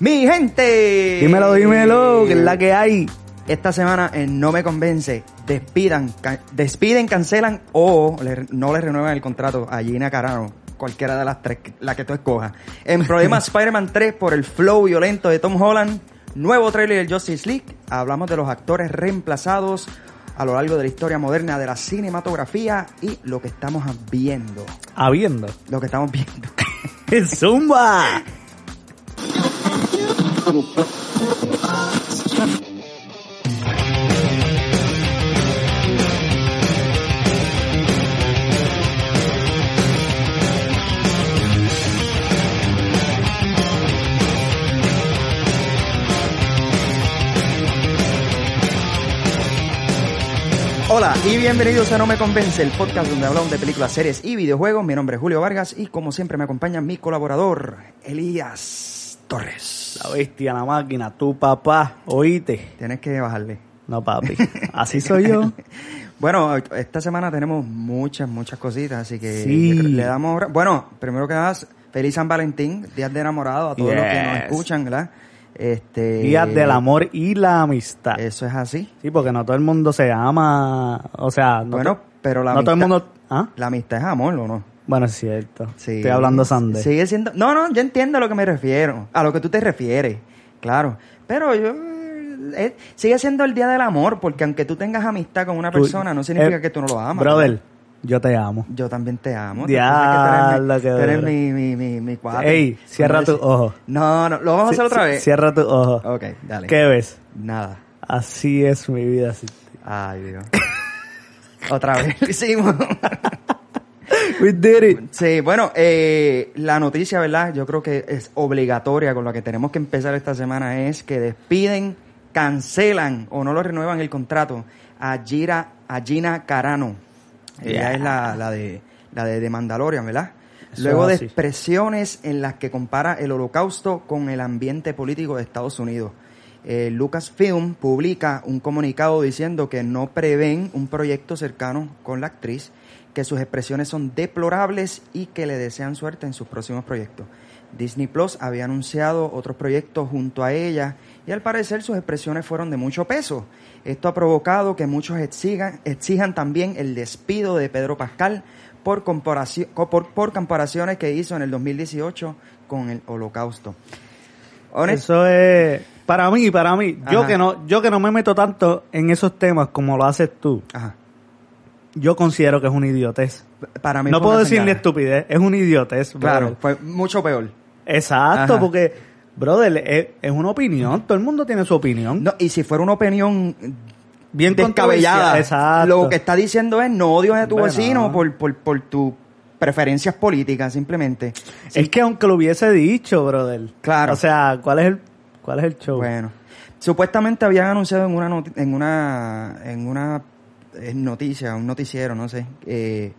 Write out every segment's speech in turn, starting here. Mi gente. Dímelo, dímelo, que es la que hay. Esta semana en No Me Convence despidan, ca- despiden, cancelan o le- no le renuevan el contrato a Gina Carano. Cualquiera de las tres, que- la que tú escojas. En problema Spider-Man 3 por el flow violento de Tom Holland. Nuevo trailer de Justice League. Hablamos de los actores reemplazados a lo largo de la historia moderna de la cinematografía y lo que estamos viendo. Habiendo. Lo que estamos viendo. ¡Zumba! Hola y bienvenidos a No Me Convence, el podcast donde hablamos de películas, series y videojuegos. Mi nombre es Julio Vargas y como siempre me acompaña mi colaborador, Elías Torres. La bestia, la máquina, tu papá, oíste. Tienes que bajarle. No, papi, así soy yo. Bueno, esta semana tenemos muchas, muchas cositas, así que Sí. yo creo- le damos... ahora- Bueno, primero que nada, feliz San Valentín, días de enamorado a todos los que nos Yes. escuchan, ¿verdad? Este, Días del amor y la amistad. Eso es así. Sí, porque no todo el mundo se ama, o sea, no, Bueno, to- pero la no todo el amistad- mundo... ¿Ah? La amistad es amor, ¿o no? Bueno, es cierto. Sí. Estoy hablando sande. Sigue siendo. No, no, yo entiendo a lo que me refiero. A lo que tú te refieres. Claro. Pero yo. eh, sigue siendo el día del amor, porque aunque tú tengas amistad con una Tú- persona, no significa eh, que tú no lo amas. Brother, yo te amo. Yo también te amo. Diablo, tú qué sabes que tú eres duro. mi, tú eres mi, mi, mi, mi cuate. Ey, cierra Entonces- tus ojos. No, no, lo vamos a hacer Ci- otra ci- vez. Cierra tus ojos. Ok, dale. ¿Qué ves? Nada. Así es mi vida. así- Ay, Dios. otra vez lo hicimos. We did it. Sí, bueno, eh, la noticia, ¿verdad? Yo creo que es obligatoria con la que tenemos que empezar esta semana es que despiden, cancelan o no lo renuevan el contrato a, Gira, a Gina Carano. Ella Yeah. es la, la de, la de The Mandalorian, ¿verdad? Eso Luego es de así. expresiones en las que compara el holocausto con el ambiente político de Estados Unidos. Eh, Lucasfilm publica un comunicado diciendo que no prevén un proyecto cercano con la actriz, que sus expresiones son deplorables y que le desean suerte en sus próximos proyectos. Disney Plus había anunciado otros proyectos junto a ella y al parecer sus expresiones fueron de mucho peso. Esto ha provocado que muchos exigan- exijan también el despido de Pedro Pascal por, comparaci- co- por, por comparaciones que hizo en el 2018 con el holocausto. Honest- Eso es para mí, para mí. Yo Ajá. que no, yo que no me meto tanto en esos temas como lo haces tú. Ajá. Yo considero que es una idiotez. Para mí No fue puedo una decirle señal. estupidez, es una idiotez. Claro, brother. fue mucho peor. Exacto, Ajá. porque, brother, es, es una opinión. Todo el mundo tiene su opinión. No, y si fuera una opinión Bien descabellada, controversial, Exacto. lo que está diciendo es no odies a tu Bueno. vecino por, por, por tus preferencias políticas, simplemente. Es que aunque lo hubiese dicho, brother. Claro. O sea, ¿cuál es el, cuál es el show? Bueno, supuestamente habían anunciado en una noti- en una en una eh, noticia, un noticiero, no sé, eh,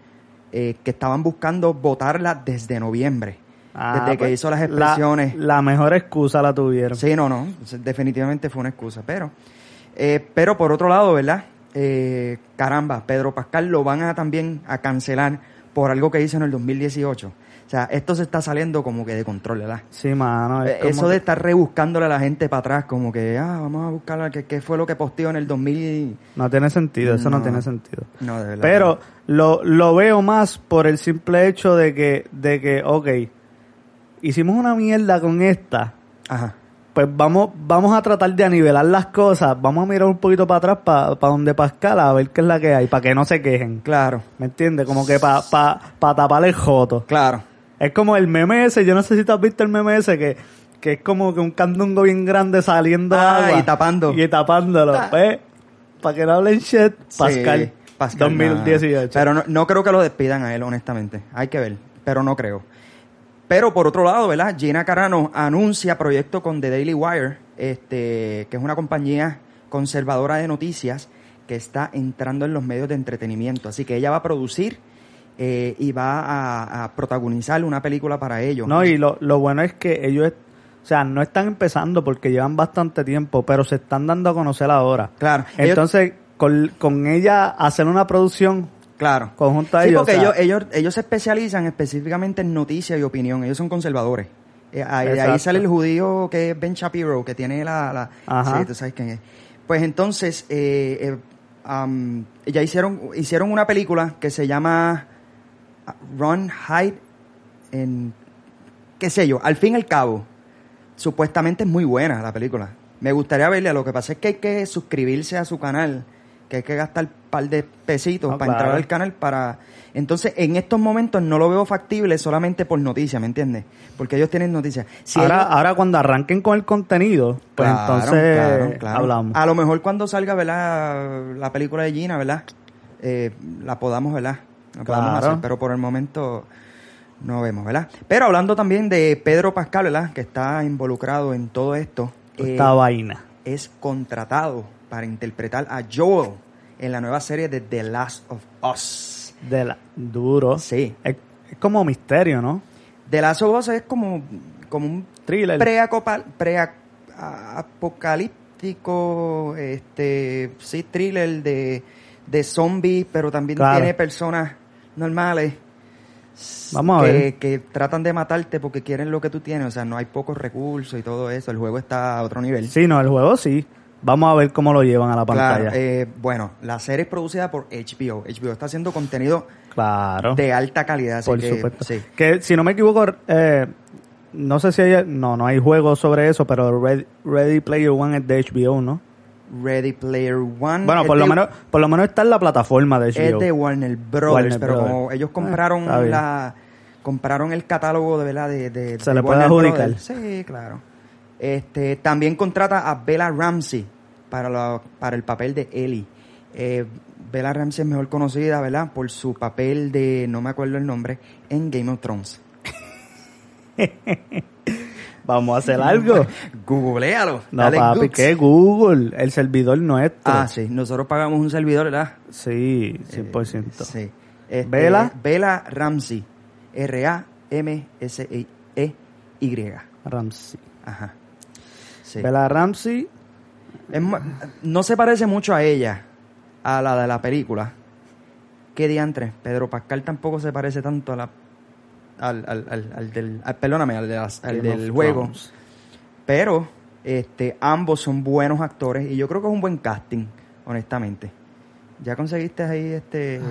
eh, que estaban buscando votarla desde noviembre, Ah, desde que pues, hizo las la- expresiones. La, mejor excusa la tuvieron. Sí, no, no, definitivamente fue una excusa, pero eh, pero por otro lado, ¿verdad? Eh, caramba, Pedro Pascal lo van a también a cancelar por algo que hizo en el 2018. O sea, esto se está saliendo como que de control, ¿verdad? Sí, mano. Ah, es Eh, como Eso de que- estar rebuscándole a la gente para atrás, como que, ah, vamos a buscar a qué, qué fue lo que posteó en el 2000. y- No tiene sentido, eso no, No. tiene sentido. No, de verdad. Pero lo, lo veo más por el simple hecho de que, de que, ok, hicimos una mierda con esta, Ajá. pues vamos, vamos a tratar de anivelar las cosas, vamos a mirar un poquito para atrás, para donde Pascal, a ver qué es la que hay, para que no se quejen. Claro, ¿Me entiendes? Como que para pa, pa tapar el joto. claro. Es como el meme ese, yo no sé si tú has visto el meme ese que, que es como que un candungo bien grande saliendo de Ah, agua. y tapando. Y tapándolo. Ta- para que no hablen shit, Pascal, Sí, Pascal, nada. 2018. Pero no, no creo que lo despidan a él, honestamente. Hay que ver, pero no creo. Pero por otro lado, ¿verdad? Gina Carano anuncia proyecto con The Daily Wire, este, que es una compañía conservadora de noticias que está entrando en los medios de entretenimiento. Así que ella va a producir eh, y va a, a protagonizar una película para ellos. No, y lo, lo bueno es que ellos, es- o sea, no están empezando porque llevan bastante tiempo, pero se están dando a conocer ahora. Claro. Ellos- Entonces, con, con ella hacer una producción Claro. conjunta a sí, ellos, porque eh, o sea- ellos, ellos, ellos se especializan específicamente en noticias y opinión. Ellos son conservadores. Eh, ahí, de ahí Exacto. sale el judío que es Ben Shapiro, que tiene la... la- Ajá. sí, tú sabes quién es. Pues entonces, eh, eh, am, ya hicieron, hicieron una película que se llama ah, Run, Hide, en, qué sé yo, al fin y al cabo. Supuestamente es muy buena la película. Me gustaría verla, lo que pasa es que hay que suscribirse a su canal, que hay que gastar un par de pesitos Ah, para entrar claro. al canal para... Entonces, en estos momentos no lo veo factible solamente por noticias, ¿me entiendes? Porque ellos tienen noticias. Si ahora, ellos- ahora cuando arranquen con el contenido, pues Claro, entonces claro, claro. Ah, hablamos. A lo mejor cuando salga, ¿verdad? La película de Gina, ¿verdad? Eh, la podamos, ¿verdad? La podamos Claro. hacer, pero por el momento no vemos, ¿verdad? Pero hablando también de Pedro Pascal, ¿verdad? Que está involucrado en todo esto. eh, Esta vaina. es contratado para interpretar a Joel en la nueva serie de The Last of Us. De la, duro. Sí. Es, es como misterio, ¿no? The Last of Us es como, como un Thriller. preacopa- preapocalíptico, este, sí, thriller de, de zombies, pero también Claro. tiene personas normales. Vamos a que, ver. que tratan de matarte porque quieren lo que tú tienes. O sea, no hay pocos recursos y todo eso. El juego está a otro nivel. Sí, no, el juego sí. Vamos a ver cómo lo llevan a la Claro, pantalla. Claro. eh, bueno, la serie es producida por HBO. HBO está haciendo contenido de alta calidad. Así por que, supuesto. sí. Que si no me equivoco, eh, no sé si hay. No, no hay juego sobre eso, pero Red- Ready Player One es de HBO, ¿no? Ready Player One. Bueno, Mm, es por lo, de- menos, por lo menos está en la plataforma de Es HBO. de Warner Brothers, Warner pero Brothers. como ellos Ah, compraron está bien. la compraron el catálogo de verdad de, de- Se de le puede Warner adjudicar. Brothers. Sí, claro. Este, también contrata a Bella Ramsey para la- para el papel de Ellie. Eh, Bella Ramsey es mejor conocida, ¿verdad? Por su papel de no me acuerdo el nombre en Game of Thrones. Vamos a hacer algo. Googlealo. No, dale papi, googs. que Google, el servidor nuestro. Ah, sí, nosotros pagamos un servidor, ¿verdad? Sí, 100%. Sí. Este, Bella. Bella Ramsey. R-A-M-S-E-Y. Ramsey. E Ajá. Sí. Bella Ramsey. Es mu- no se parece mucho a ella, a la de la película. ¿Qué diantres? Pedro Pascal tampoco se parece tanto a la. Al, al, al, al del. al- perdóname, al, de las- al Game del of juego. Thrones. Pero este, ambos son buenos actores y yo creo que es un buen casting, honestamente. ¿Ya conseguiste ahí este.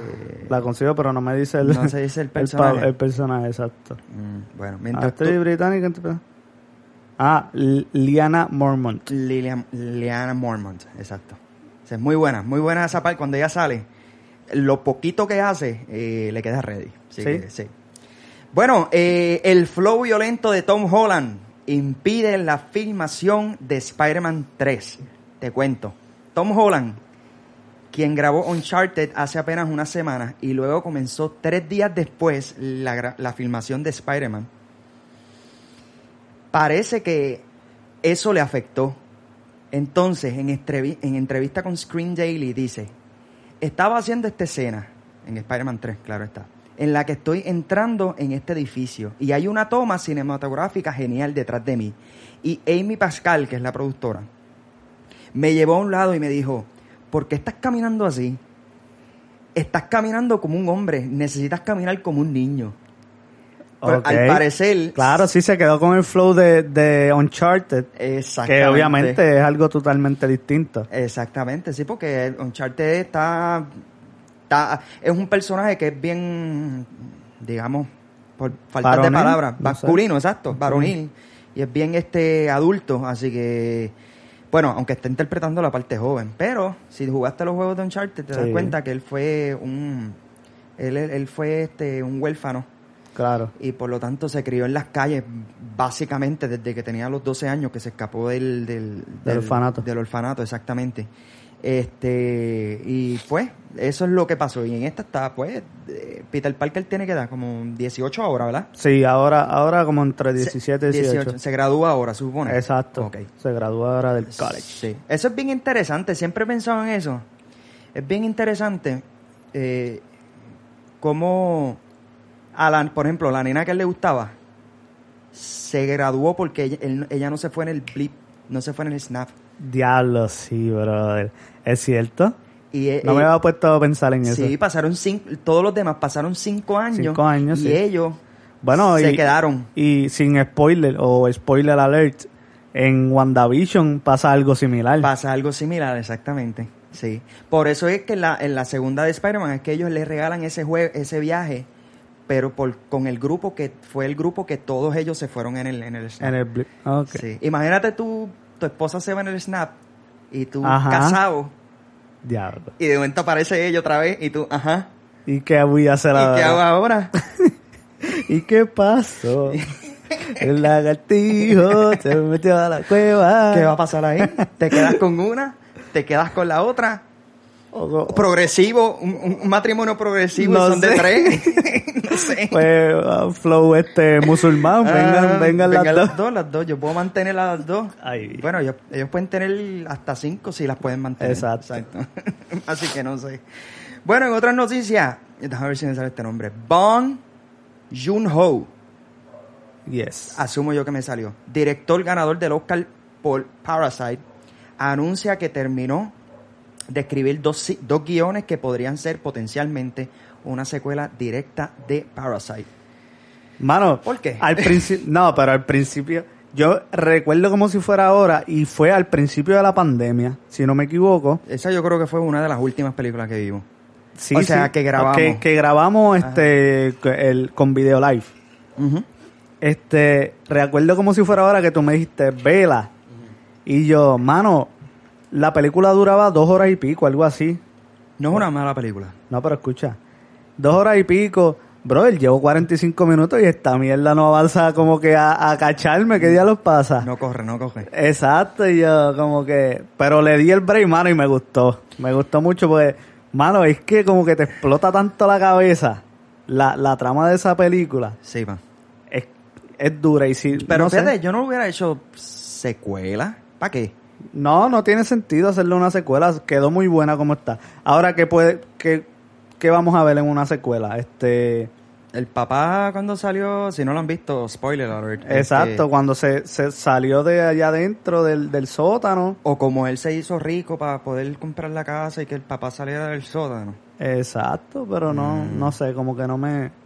La consigo, pero no me dice el, No se dice el pa- personaje. el personaje, exacto. Mm, bueno, Ah, mientras tú- Actriz británica. ent- Ah, L- Liana Mormont. Lilian, Liana Mormont, exacto. O sea, es muy buena, muy buena esa parte. Cuando ella sale, lo poquito que hace, eh, le queda ready. Así Sí. que, sí. Bueno, eh, el flow violento de Tom Holland impide la filmación de Spider-Man 3. Te cuento. Tom Holland, quien grabó Uncharted hace apenas una semana y luego comenzó tres días después la, gra- la filmación de Spider-Man, parece que eso le afectó. Entonces, en, estrevi- en entrevista con Screen Daily dice, estaba haciendo esta escena, en Spider-Man 3, claro está, en la que estoy entrando en este edificio y hay una toma cinematográfica genial detrás de mí. Y Amy Pascal, que es la productora, me llevó a un lado y me dijo, ¿por qué estás caminando así? Estás caminando como un hombre, necesitas caminar como un niño. Pero Ok. al parecer... Claro, sí se quedó con el flow de, de Uncharted, que Exactamente. obviamente es algo totalmente distinto. Exactamente, sí, porque Uncharted está, está. Es un personaje que es bien, digamos, por falta de Varonil, palabras, no sé. masculino, exacto, varonil. Y es bien este adulto, así que. Bueno, aunque está interpretando la parte joven, pero si jugaste los juegos de Uncharted, te das Sí. cuenta que él fue un. Él, él- él fue este un huérfano Claro. y por lo tanto se crió en las calles básicamente desde que tenía los 12 años que se escapó del, del, orfanato. del orfanato, exactamente. Este, y pues, eso es lo que pasó. Y en esta está, pues, eh, Peter Parker tiene que dar como 18 ahora, ¿verdad? Sí, ahora, ahora como entre 17 y 18. Se gradúa ahora, supone. Exacto. Ok. Se graduó ahora del college. Pues Sí. Eso es bien interesante, siempre he pensado en eso. Es bien interesante eh, cómo, a la- por ejemplo, la nena que él le gustaba se graduó porque ella, él- ella no se fue en el blip, no se fue en el snap. Diablo, sí, brother. ¿Es cierto? Y, eh, No me eh, había puesto a pensar en eso. sí, pasaron cinco, todos los demás pasaron cinco años. Cinco años, Y sí. ellos Bueno, se y, quedaron. y sin spoiler o spoiler alert, en WandaVision pasa algo similar. Pasa algo similar, exactamente. Sí. Por eso es que la, en la segunda de Spider-Man es que ellos les regalan ese, jue- ese viaje, pero por, con el grupo que fue el grupo que todos ellos se fueron en el, en el snap. en el bli- ok. Sí. Imagínate tú, tu esposa se va en el snap y tú Ajá. casado Diablo. y de momento aparece ella otra vez y tú, ajá, ¿Y qué voy a hacer ¿y ahora? qué hago ahora? ¿Y qué pasó? El lagartijo se metió a la cueva. ¿Qué va a pasar ahí? ¿Te quedas con una? ¿Te quedas con la otra? O- o- Progresivo, un, un- un matrimonio progresivo y No son de sé. tres. no sé. Pues, ah, flow este musulmán, Ah, vengan, vengan las dos. las dos. Yo puedo mantener a las dos. Ay. Bueno, ellos, ellos pueden tener hasta cinco si las pueden mantener. Exacto. Así que no sé. Bueno, en otras noticias, déjame ver si me sale este nombre. Bong Joon-ho, Yes. asumo yo que me salió, director ganador del Oscar por Parasite, anuncia que terminó de escribir dos, si- dos guiones que podrían ser potencialmente una secuela directa de Parasite. Mano, ¿Por qué? Al principio, no, pero al principio, yo recuerdo como si fuera ahora y fue al principio de la pandemia, si no me equivoco. Esa yo creo que fue una de las últimas películas que vimos. Sí, O sea, sí, que grabamos. Que, que grabamos este, el, con video live. Ujú. Este, recuerdo como si fuera ahora que tú me dijiste, vela. Y yo, mano, la película duraba dos horas y pico, algo así. No es una mala película. No, pero escucha, dos horas y pico. Brother, llevo 45 minutos y esta mierda no avanza como que a, a cacharme. ¿Qué día los pasa? No corre, no coge. Exacto, y yo como que... Pero le di el break, mano, y me gustó. Me gustó mucho porque, mano, es que como que te explota tanto la cabeza la, la trama de esa película. Sí, pa. Es, es dura y si... Pero no sé, fíjate, yo no hubiera hecho secuela. ¿Para qué? no, no tiene sentido hacerle una secuela. Quedó muy buena como está. Ahora, ¿qué, puede, qué, qué vamos a ver en una secuela? Este... El papá cuando salió, si no lo han visto, spoiler alert. este, Exacto, cuando se, se salió de allá adentro del, del sótano. o como él se hizo rico para poder comprar la casa y que el papá saliera del sótano. Exacto, pero no, Mm. no sé, como que no me...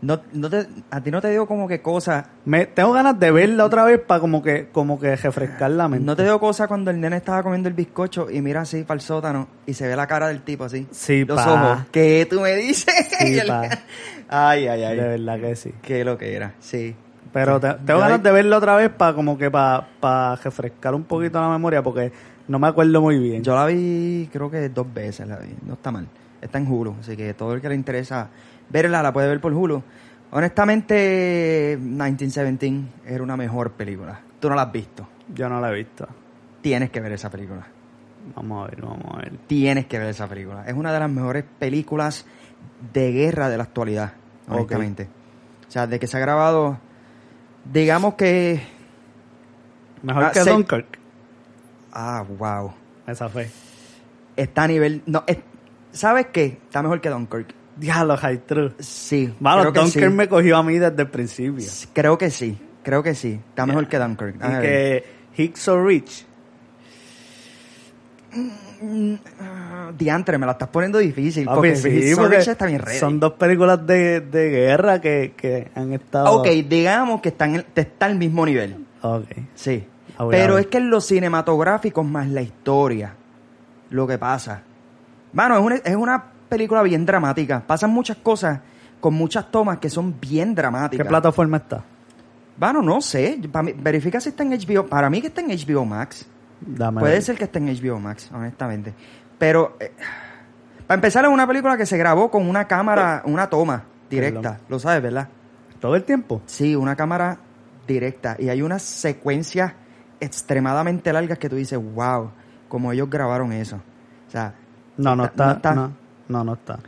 No, no te, a ti no te digo como que cosas. Me, tengo ganas de verla otra vez para como que, como que refrescar la mente. No te digo cosas cuando el nene estaba comiendo el bizcocho y mira así para el sótano y se ve la cara del tipo así. Sí, Los pa. ojos. ¿Qué tú me dices? Sí, Y él- pa. Ay, ay, De ay. verdad que sí. Qué lo que era, sí. Pero te- tengo Yo ganas ahí- de verla otra vez para como que para refrescar un poquito la memoria porque no me acuerdo muy bien. Yo la vi, creo que dos veces la vi. No está mal. Está en Hulu, así que todo el que le interesa verla la puede ver por Hulu. Honestamente, 1917 era una mejor película. Tú no la has visto. Yo no la he visto. Tienes que ver esa película. Vamos a ver, vamos a ver. Tienes que ver esa película. Es una de las mejores películas de guerra de la actualidad, Ok. honestamente. O sea, de que se ha grabado, digamos que... Mejor Ah, que se- Dunkirk. Ah, wow. Esa fue. Está a nivel... No, es- ¿Sabes qué? Está mejor que Dunkirk. Diablo, High True. Sí. Mano, creo que sí. Dunkirk me cogió a mí desde el principio. Creo que sí, creo que sí. Está mejor que Dunkirk. A Y ver. que Hicks or Rich. Ah, Diantre, me la estás poniendo difícil. Papi, porque sí, Hits porque está bien ready. Son dos películas de, de guerra que, que han estado... Ok, digamos que están en- está al mismo nivel. Ok. Sí. Ah, voy a Pero ver. es que en los cinematográficos más la historia, lo que pasa. Mano, es una, es una película bien dramática. Pasan muchas cosas con muchas tomas que son bien ¿Qué dramáticas. plataforma está? Mano, no sé. Pa' mí- verifica si está en HBO. Para mí que está en HBO Max. Dame. Puede ser que esté en HBO Max, honestamente. Pero, eh, para empezar, es una película que se grabó con una cámara, una toma directa. Perdón. Lo sabes, ¿verdad? Todo el tiempo. Sí, una cámara directa. Y hay unas secuencias extremadamente largas que tú dices, wow, como ellos grabaron eso. O sea, No, no Está- está. no está. No, no, no está. A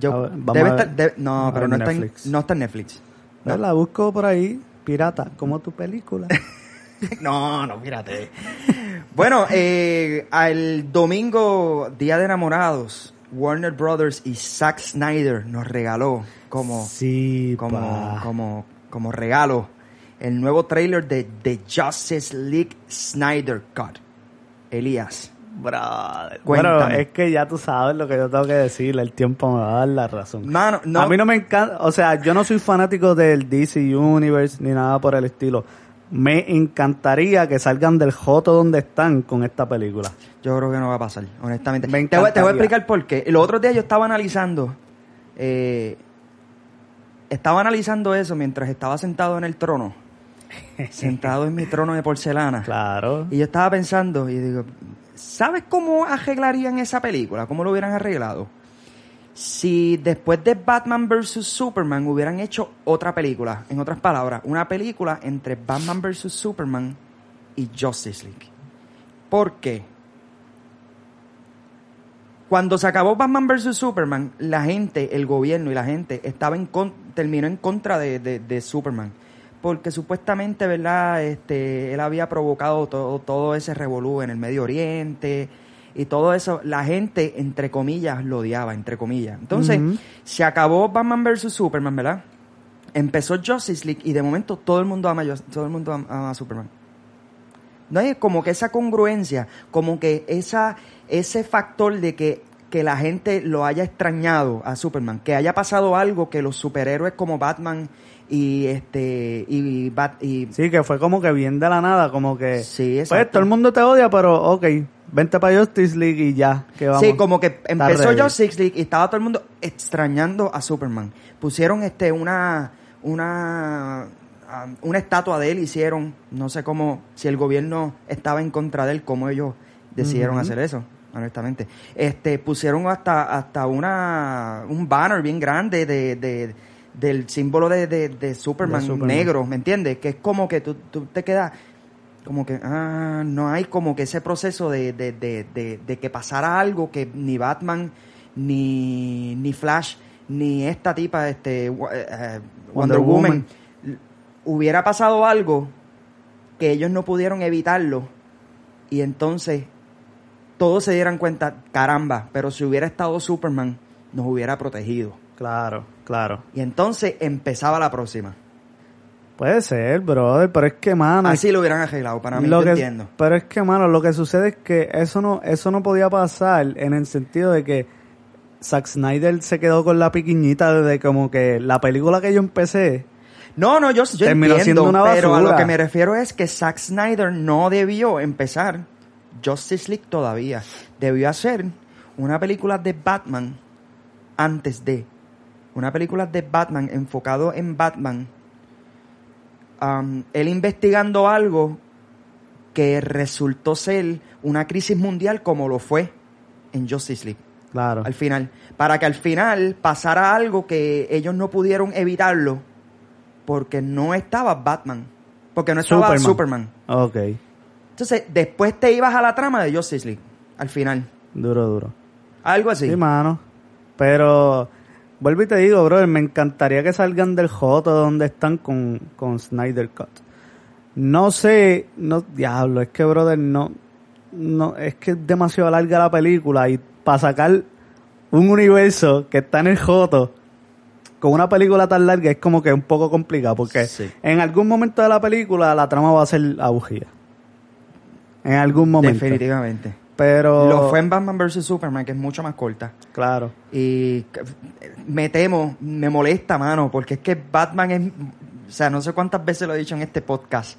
yo ver, Ah, vamos debe a ver. estar, debe- no, A ver pero no está, en, Netflix. no está en Netflix. No. La busco por ahí, pirata, como tu película. No, no, mírate. bueno, eh, al domingo, Día de Enamorados, Warner Brothers y Zack Snyder nos regaló como, sí, como, pa. como, como regalo el nuevo trailer de The Justice League Snyder Cut. Elías, Brother. Bueno, Cuéntame. es que ya tú sabes lo que yo tengo que decir, el tiempo me va a dar la razón. Mano, no. A mí no me encanta, o sea, yo no soy fanático del DC Universe ni nada por el estilo. Me encantaría que salgan del joto donde están con esta película. Yo creo que no va a pasar, honestamente. Me te, voy, te voy a encantaría. explicar por qué. Los otros días yo estaba analizando. eh, estaba analizando eso mientras estaba sentado en el trono. sentado en mi trono de porcelana. Claro. Y yo estaba pensando, y digo, ¿sabes cómo arreglarían esa película? ¿Cómo lo hubieran arreglado? Si después de Batman vs. Superman hubieran hecho otra película, en otras palabras, una película entre Batman vs. Superman y Justice League. ¿Por qué? Cuando se acabó Batman vs. Superman, la gente, el gobierno y la gente estaba en con- terminó en contra de, de- de Superman. Porque supuestamente, ¿verdad? Este, él había provocado todo, todo ese revolú en el Medio Oriente y todo eso. La gente, entre comillas, lo odiaba, entre comillas. Entonces, Ujú. se acabó Batman vs. Superman, ¿verdad? Empezó Justice League y de momento todo el mundo ama, a Just- todo el mundo ama- ama a Superman. No hay como que esa congruencia, como que esa, ese factor de que, que la gente lo haya extrañado a Superman, que haya pasado algo que los superhéroes como Batman y este y, Bat- y Sí, que fue como que bien de la nada, como que... Sí, Pues exacto. todo el mundo te odia, pero ok, vente para Justice League y ya, que vamos. Sí, como que empezó ready. Justice League y estaba todo el mundo extrañando a Superman. Pusieron este una una ah, una estatua de él hicieron, no sé cómo si el gobierno estaba en contra de él, cómo ellos decidieron hacer eso, honestamente. Este pusieron hasta hasta una un banner bien grande de, de- del símbolo de, de- de Superman, De Superman. negro, ¿me entiendes? Que es como que tú, tú te quedas como que ah, no hay como que ese proceso de, de, de, de, de que pasara algo que ni Batman, ni, ni Flash, ni esta tipa, este wa- eh, eh, Wonder, Wonder Woman, Woman. l- hubiera pasado algo que ellos no pudieron evitarlo y entonces todos se dieran cuenta, caramba, pero si hubiera estado Superman, nos hubiera protegido. Claro, claro. Y entonces empezaba la próxima. Puede ser, brother, pero es que, mano... es Así lo hubieran arreglado, para mí, Lo yo que- entiendo. Pero es que, mano, lo que sucede es que eso no, eso no podía pasar en el sentido de que Zack Snyder se quedó con la piquiñita de como que la película que yo empecé. No, no, yo, yo Terminó entiendo, siendo una pero a lo basura. que me refiero es que Zack Snyder no debió empezar Justice League todavía. Debió hacer una película de Batman antes de. Una película de Batman enfocado en Batman. Am, él investigando algo que resultó ser una crisis mundial como lo fue en Justice League Claro. al final. Para que al final pasara algo que ellos no pudieron evitarlo porque no estaba Batman. Porque no estaba Superman. Ok, Entonces, después te ibas a la trama de Justice League. Al final. duro, duro. Algo así. Sí, mano. Pero, vuelvo y te digo, brother, me encantaría que salgan del joto donde están con, con Snyder Cut. No sé, no, diablo, es que, brother, no, no, es que es demasiado larga la película y para sacar un universo que está en el joto con una película tan larga es como que un poco complicado porque Sí. en algún momento de la película la trama va a ser aburrida. En algún momento. Definitivamente. Pero, Lo fue en Batman vs. Superman, que es mucho más corta. claro. Y c- me temo, me molesta, mano, porque es que Batman es, o sea, no sé cuántas veces lo he dicho en este podcast.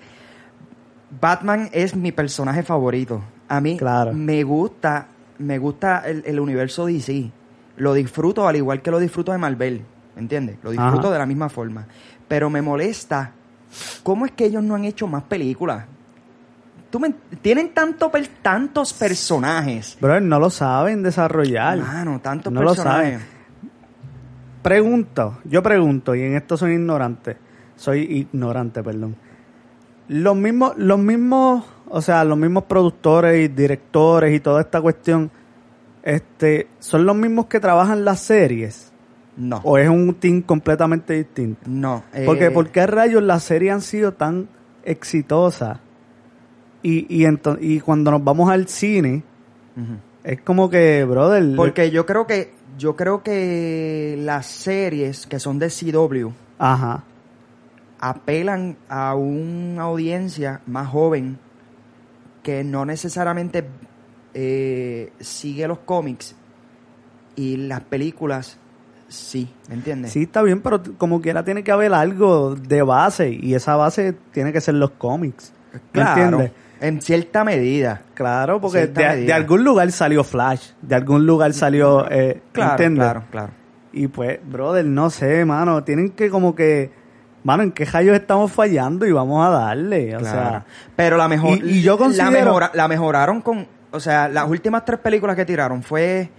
Batman es mi personaje favorito. A mí Claro. me gusta, me gusta el, el universo DC. Lo disfruto al igual que lo disfruto de Marvel, ¿me entiendes? Lo disfruto Ajá. de la misma forma. Pero me molesta cómo es que ellos no han hecho más películas. Tú me- tienen tanto, per- tantos personajes. Brother, no lo saben desarrollar. Mano, tantos No lo saben. personajes. Pregunto, yo pregunto, y en esto soy ignorante. Soy ignorante, perdón. Los mismos, los mismos, o sea, los mismos productores y directores y toda esta cuestión, este, son los mismos que trabajan las series. No. ¿O es un team completamente distinto? No. eh, Porque, ¿por qué rayos las series han sido tan exitosas? Y, y, ento- y cuando nos vamos al cine, Ujú. es como que, brother. Porque yo creo que yo creo que las series que son de CW Ajá. apelan a una audiencia más joven que no necesariamente eh, sigue los cómics y las películas sí, ¿me entiendes? Sí, está bien, pero t- como quiera tiene que haber algo de base y esa base tiene que ser los cómics. ¿Me entiendes? en cierta medida. Claro, porque Cierta de, medida. de algún lugar salió Flash, de algún lugar salió... Eh, Claro, ¿entiendes? claro, claro. Y pues, brother, no sé, mano, tienen que como que... Mano, ¿en qué rayos estamos fallando? Y vamos a darle, o Claro. sea... pero la mejor y- y yo considero- la, mejora- la mejoraron con o sea las últimas tres películas que tiraron fue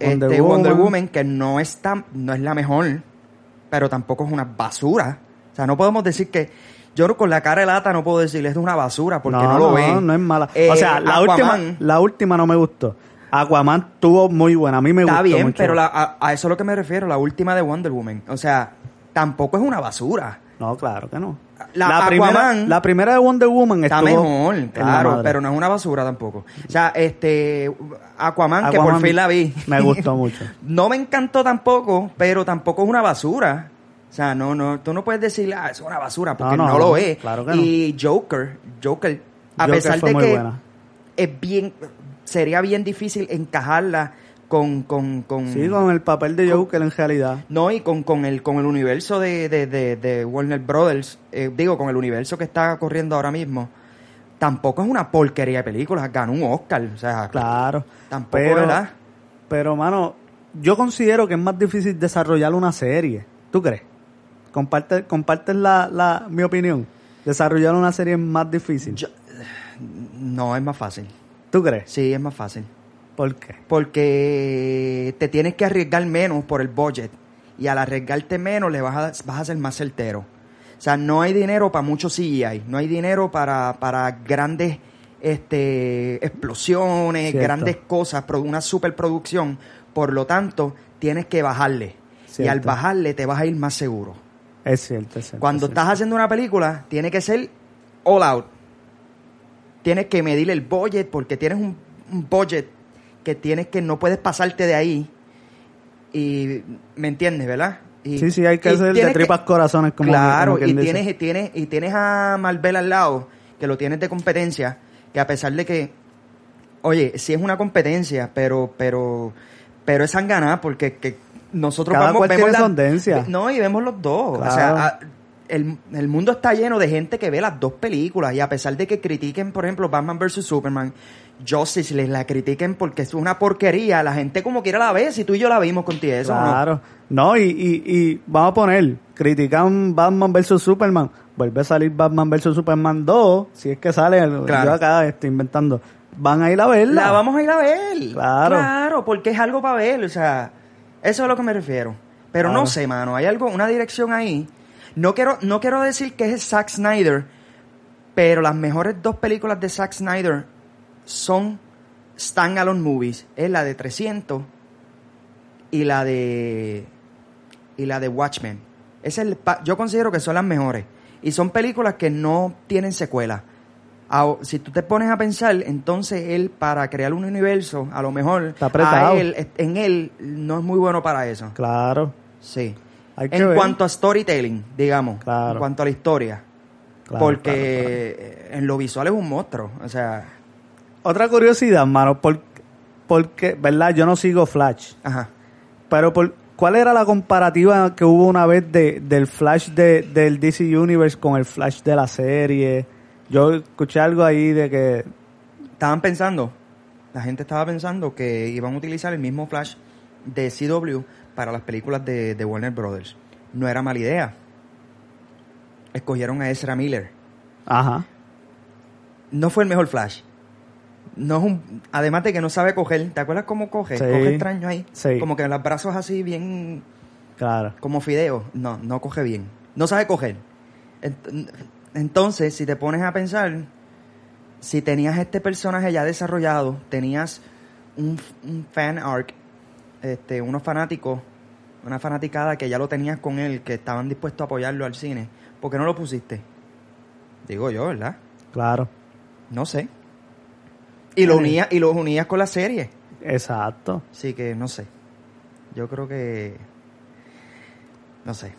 Wonder Wonder, este, Wonder Woman. Woman. que no es tan- no es la mejor pero tampoco es una basura o sea no podemos decir que yo con la cara de lata no puedo decir es una basura porque no, lo ven No, no es mala. Eh, o sea, la Aquaman última, la última no me gustó. Aquaman tuvo muy buena, a mí me está gustó bien mucho. pero la- a, a eso es lo que me refiero la última de Wonder Woman o sea tampoco es una basura No, claro que no. La primera, Aquaman- la primera de Wonder Woman Está estuvo en mejor, la claro, madre. pero no es una basura tampoco. O sea, este Aquaman, que por Aquaman fin la vi. Me gustó mucho. No me encantó tampoco, pero tampoco es una basura. O sea, no, no, tú no puedes decir, ah, es una basura, porque No, no, no, no, lo es. claro que y Joker, Joker, a Joker pesar fue de muy que buena. es bien, sería bien difícil encajarla con, con, con Sí, con el papel de Joker en realidad. no, y con, con el, con el universo de, de, de, de Warner Brothers, eh, digo, con el universo que está corriendo ahora mismo, tampoco es una porquería de películas, ganó un Oscar, o sea, Claro. tampoco, pero, ¿verdad? Pero, mano, yo considero que es más difícil desarrollar una serie. ¿Tú crees? Comparte, compartes la, la, mi opinión. Desarrollar una serie es más difícil. Yo- no, es más fácil, ¿Tú crees? sí, es más fácil, ¿Por qué? porque te tienes que arriesgar menos por el budget, y al arriesgarte menos le vas a, vas a ser más certero. O sea, no hay dinero para mucho CGI, no hay dinero para, para grandes este, explosiones, Cierto. grandes cosas, pro- una superproducción. Por lo tanto, tienes que bajarle. Y Cierto. al bajarle te vas a ir más seguro. Es cierto, es cierto. Cuando es estás haciendo una película, tiene que ser all out. Tienes que medir el budget porque tienes un, un budget que tienes que no puedes pasarte de ahí. Y me entiendes, ¿verdad? Y- cierto. Sí, sí, hay que y hacer de tienes que- tripas corazones como claro, como quien y dice. tienes, y tienes, y tienes a Marvel al lado, que lo tienes de competencia, que a pesar de que, oye, sí es una competencia, pero, pero, pero es ganar porque que nosotros Cada vamos, cual vemos tiene las- su tendencia. No, y vemos los dos. O sea, Claro. a- el, el mundo está lleno de gente que ve las dos películas y a pesar de que critiquen, por ejemplo, Batman vs. Superman, Justice les la critiquen porque es una porquería, la gente como quiera la ve, si tú y yo la vimos contigo, eso ¿o no? Claro. No, y, y, y vamos a poner, critican Batman vs. Superman, vuelve a salir Batman vs. Superman 2, si es que sale, el- Claro. yo acá estoy inventando. Van a ir a verla. La vamos a ir a ver. Claro. Claro, porque es algo para ver. O sea, eso es a lo que me refiero. Pero Claro. no sé, mano. Hay algo, una dirección ahí. No quiero, no quiero decir que es Zack Snyder, pero las mejores dos películas de Zack Snyder son standalone movies. Es la de 300 y la de y la de Watchmen. Esa Es el, pa- yo considero que son las mejores. Y son películas que no tienen secuela. Ao- si tú te pones a pensar, entonces él para crear un universo, a lo mejor Está apretado. a él, en él no es muy bueno para eso. Claro, Sí. Hay que en ver. cuanto a storytelling, digamos, Claro. en cuanto a la historia. claro, claro, claro. porque en lo visual es un monstruo. O sea, Otra curiosidad, mano, por- porque, ¿verdad? Yo no sigo Flash, ajá. pero por, ¿cuál era la comparativa que hubo una vez de, del Flash de, del DC Universe con el Flash de la serie? Yo escuché algo ahí de que Estaban pensando, la gente estaba pensando que iban a utilizar el mismo flash de CW para las películas de, de Warner Brothers. No era mala idea. Escogieron a Ezra Miller. Ajá. No fue el mejor flash. No es un, además de que no sabe coger, ¿te acuerdas cómo coge? Sí. Coge extraño ahí. Sí. Como que los brazos así bien Claro. como fideo. No, no coge bien. No sabe coger. Ent- Entonces, si te pones a pensar, si tenías este personaje ya desarrollado, tenías un, f- un fan arc, este, unos fanáticos, una fanaticada que ya lo tenías con él, que estaban dispuestos a apoyarlo al cine, ¿por qué no lo pusiste? Digo yo, ¿verdad? Claro. No sé. Y lo Sí. unías, y los unías con la serie. Exacto. Así que no sé. Yo creo que. No sé.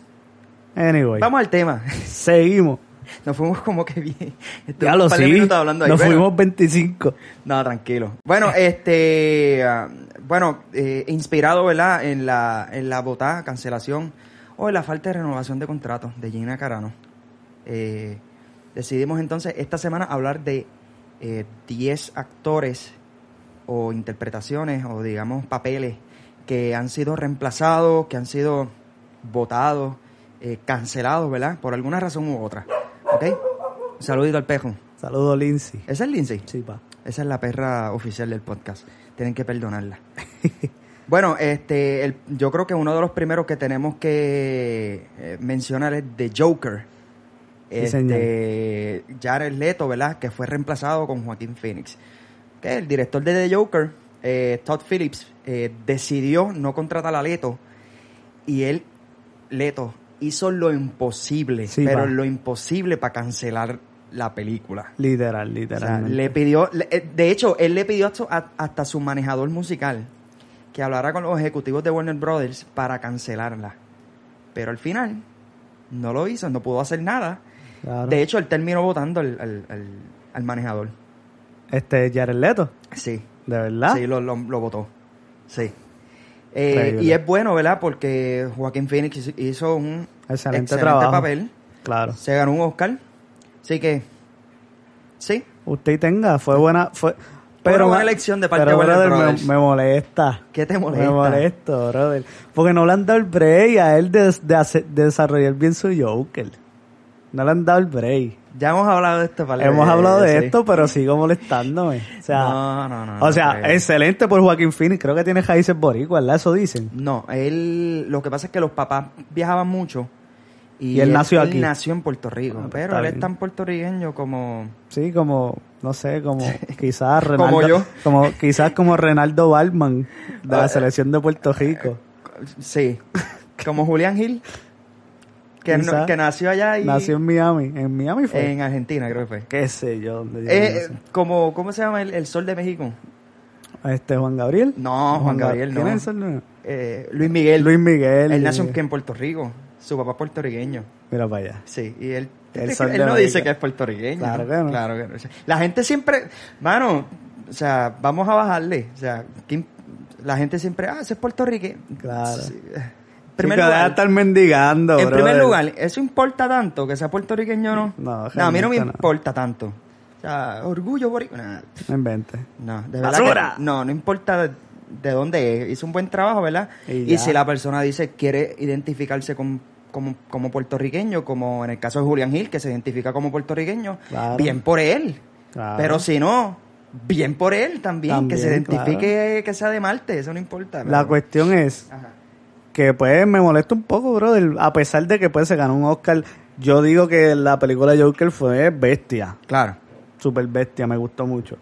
Anyway. Vamos al tema. Seguimos. Nos fuimos como que bien. Ya lo un par de sí. minutos hablando ahí. Nos Bueno, fuimos 25. No, tranquilo. Bueno, este, ah, bueno, eh, inspirado, ¿verdad? En la, en la botada, cancelación o en la falta de renovación de contratos de Gina Carano. Eh, decidimos entonces esta semana hablar de eh, 10 actores o interpretaciones o digamos papeles que han sido reemplazados, que han sido votados, eh, cancelados, ¿verdad? Por alguna razón u otra. ¿Ok? Un saludito al pejo. Saludos, Lindsay. ¿Esa es Lindsay? Sí, pa. Esa es la perra oficial del podcast. Tienen que perdonarla. bueno, este, el- yo creo que uno de los primeros que tenemos que eh, mencionar es The Joker. Sí, señor. Este, Jared Leto, ¿verdad? Que fue reemplazado con Joaquín Phoenix. Que el director de The Joker, eh, Todd Phillips, eh, decidió no contratar a Leto y él, Leto, hizo lo imposible, Sí, pero va. lo imposible para cancelar la película. Literal, O literal. sea, le pidió, le- eh, de hecho, él le pidió hasta, a- hasta su manejador musical que hablara con los ejecutivos de Warner Brothers para cancelarla. Pero al final no lo hizo, no pudo hacer nada. Claro. De hecho, él terminó votando al, al- al- al manejador. Este Jared Leto, Sí, de verdad. sí, lo, lo, lo votó. Sí. Eh, Increíble. y es bueno, ¿verdad? Porque Joaquín Phoenix hizo- hizo un Excelente, trabajo. papel. Claro. Se ganó un Oscar. Así que, sí, Usted y tenga, fue buena, fue pero buena ma- elección de parte pero, de Warner brother, me- Brothers. Me, molesta. ¿qué te Me molesto, brother. Porque no le han dado el break a él de, de hacer- de desarrollar bien su Joker. No le han dado el break. Ya hemos hablado de esto, ¿vale? Hemos hablado de Sí. esto, pero sigo molestándome. O sea, no, no, no. o no sea creo. excelente por Joaquín Phoenix. Creo que tiene raíces boricuas, ¿verdad? Eso dicen. No, él. Lo que pasa es que los papás viajaban mucho. Y, Y él nació aquí. nació en Puerto Rico. Ah, pues, pero está él bien. es tan puertorriqueño como. Sí, como, no sé, como quizás Renaldo. Como yo. Ah, como- quizás como Renaldo Balman de la selección de eh, Puerto Rico. Sí. como Julián Gil. Que, no- Quizá. que nació allá y. Nació en Miami. En Miami fue. en Argentina, creo que fue. Qué sé yo. dónde yo Eh, no eh, sé. como, ¿Cómo se llama el, el sol de México? Este, Juan Gabriel. No, Juan Gab- Gabriel, no. ¿Quién es el- Eh, Luis Miguel. Luis Miguel. Él nació eh, en, en Puerto Rico. Su papá es puertorriqueño. Mira para allá. Sí, y él, El él sol de no América. dice que es puertorriqueño. Claro que no. Claro que no. O sea, La gente siempre, mano, o sea, vamos a bajarle. O sea, ¿quién- la gente siempre, ah, ese es puertorriqueño. Claro. Sí. eh, En Primer primer deja de lugar, estar mendigando, en primer brother. lugar, ¿eso importa tanto que sea puertorriqueño o no? No, a mí no me realmente no. importa tanto. O sea, orgullo boricua. No inventes. No, de verdad. ¡Basura! que no, no importa de, de dónde es. Hizo un buen trabajo, ¿verdad? Y Y, ya. si la persona dice quiere identificarse con- como, como puertorriqueño, como en el caso de Julián Gil, que se identifica como puertorriqueño, Claro. bien por él. Claro. Pero si no, bien por él también, que se También, identifique que sea de Marte, eso no importa. La pero- cuestión es Ajá. que pues me molesta un poco, brother. A pesar de que pues se ganó un Oscar, yo digo que la película Joker fue bestia, Claro. super bestia, me gustó mucho.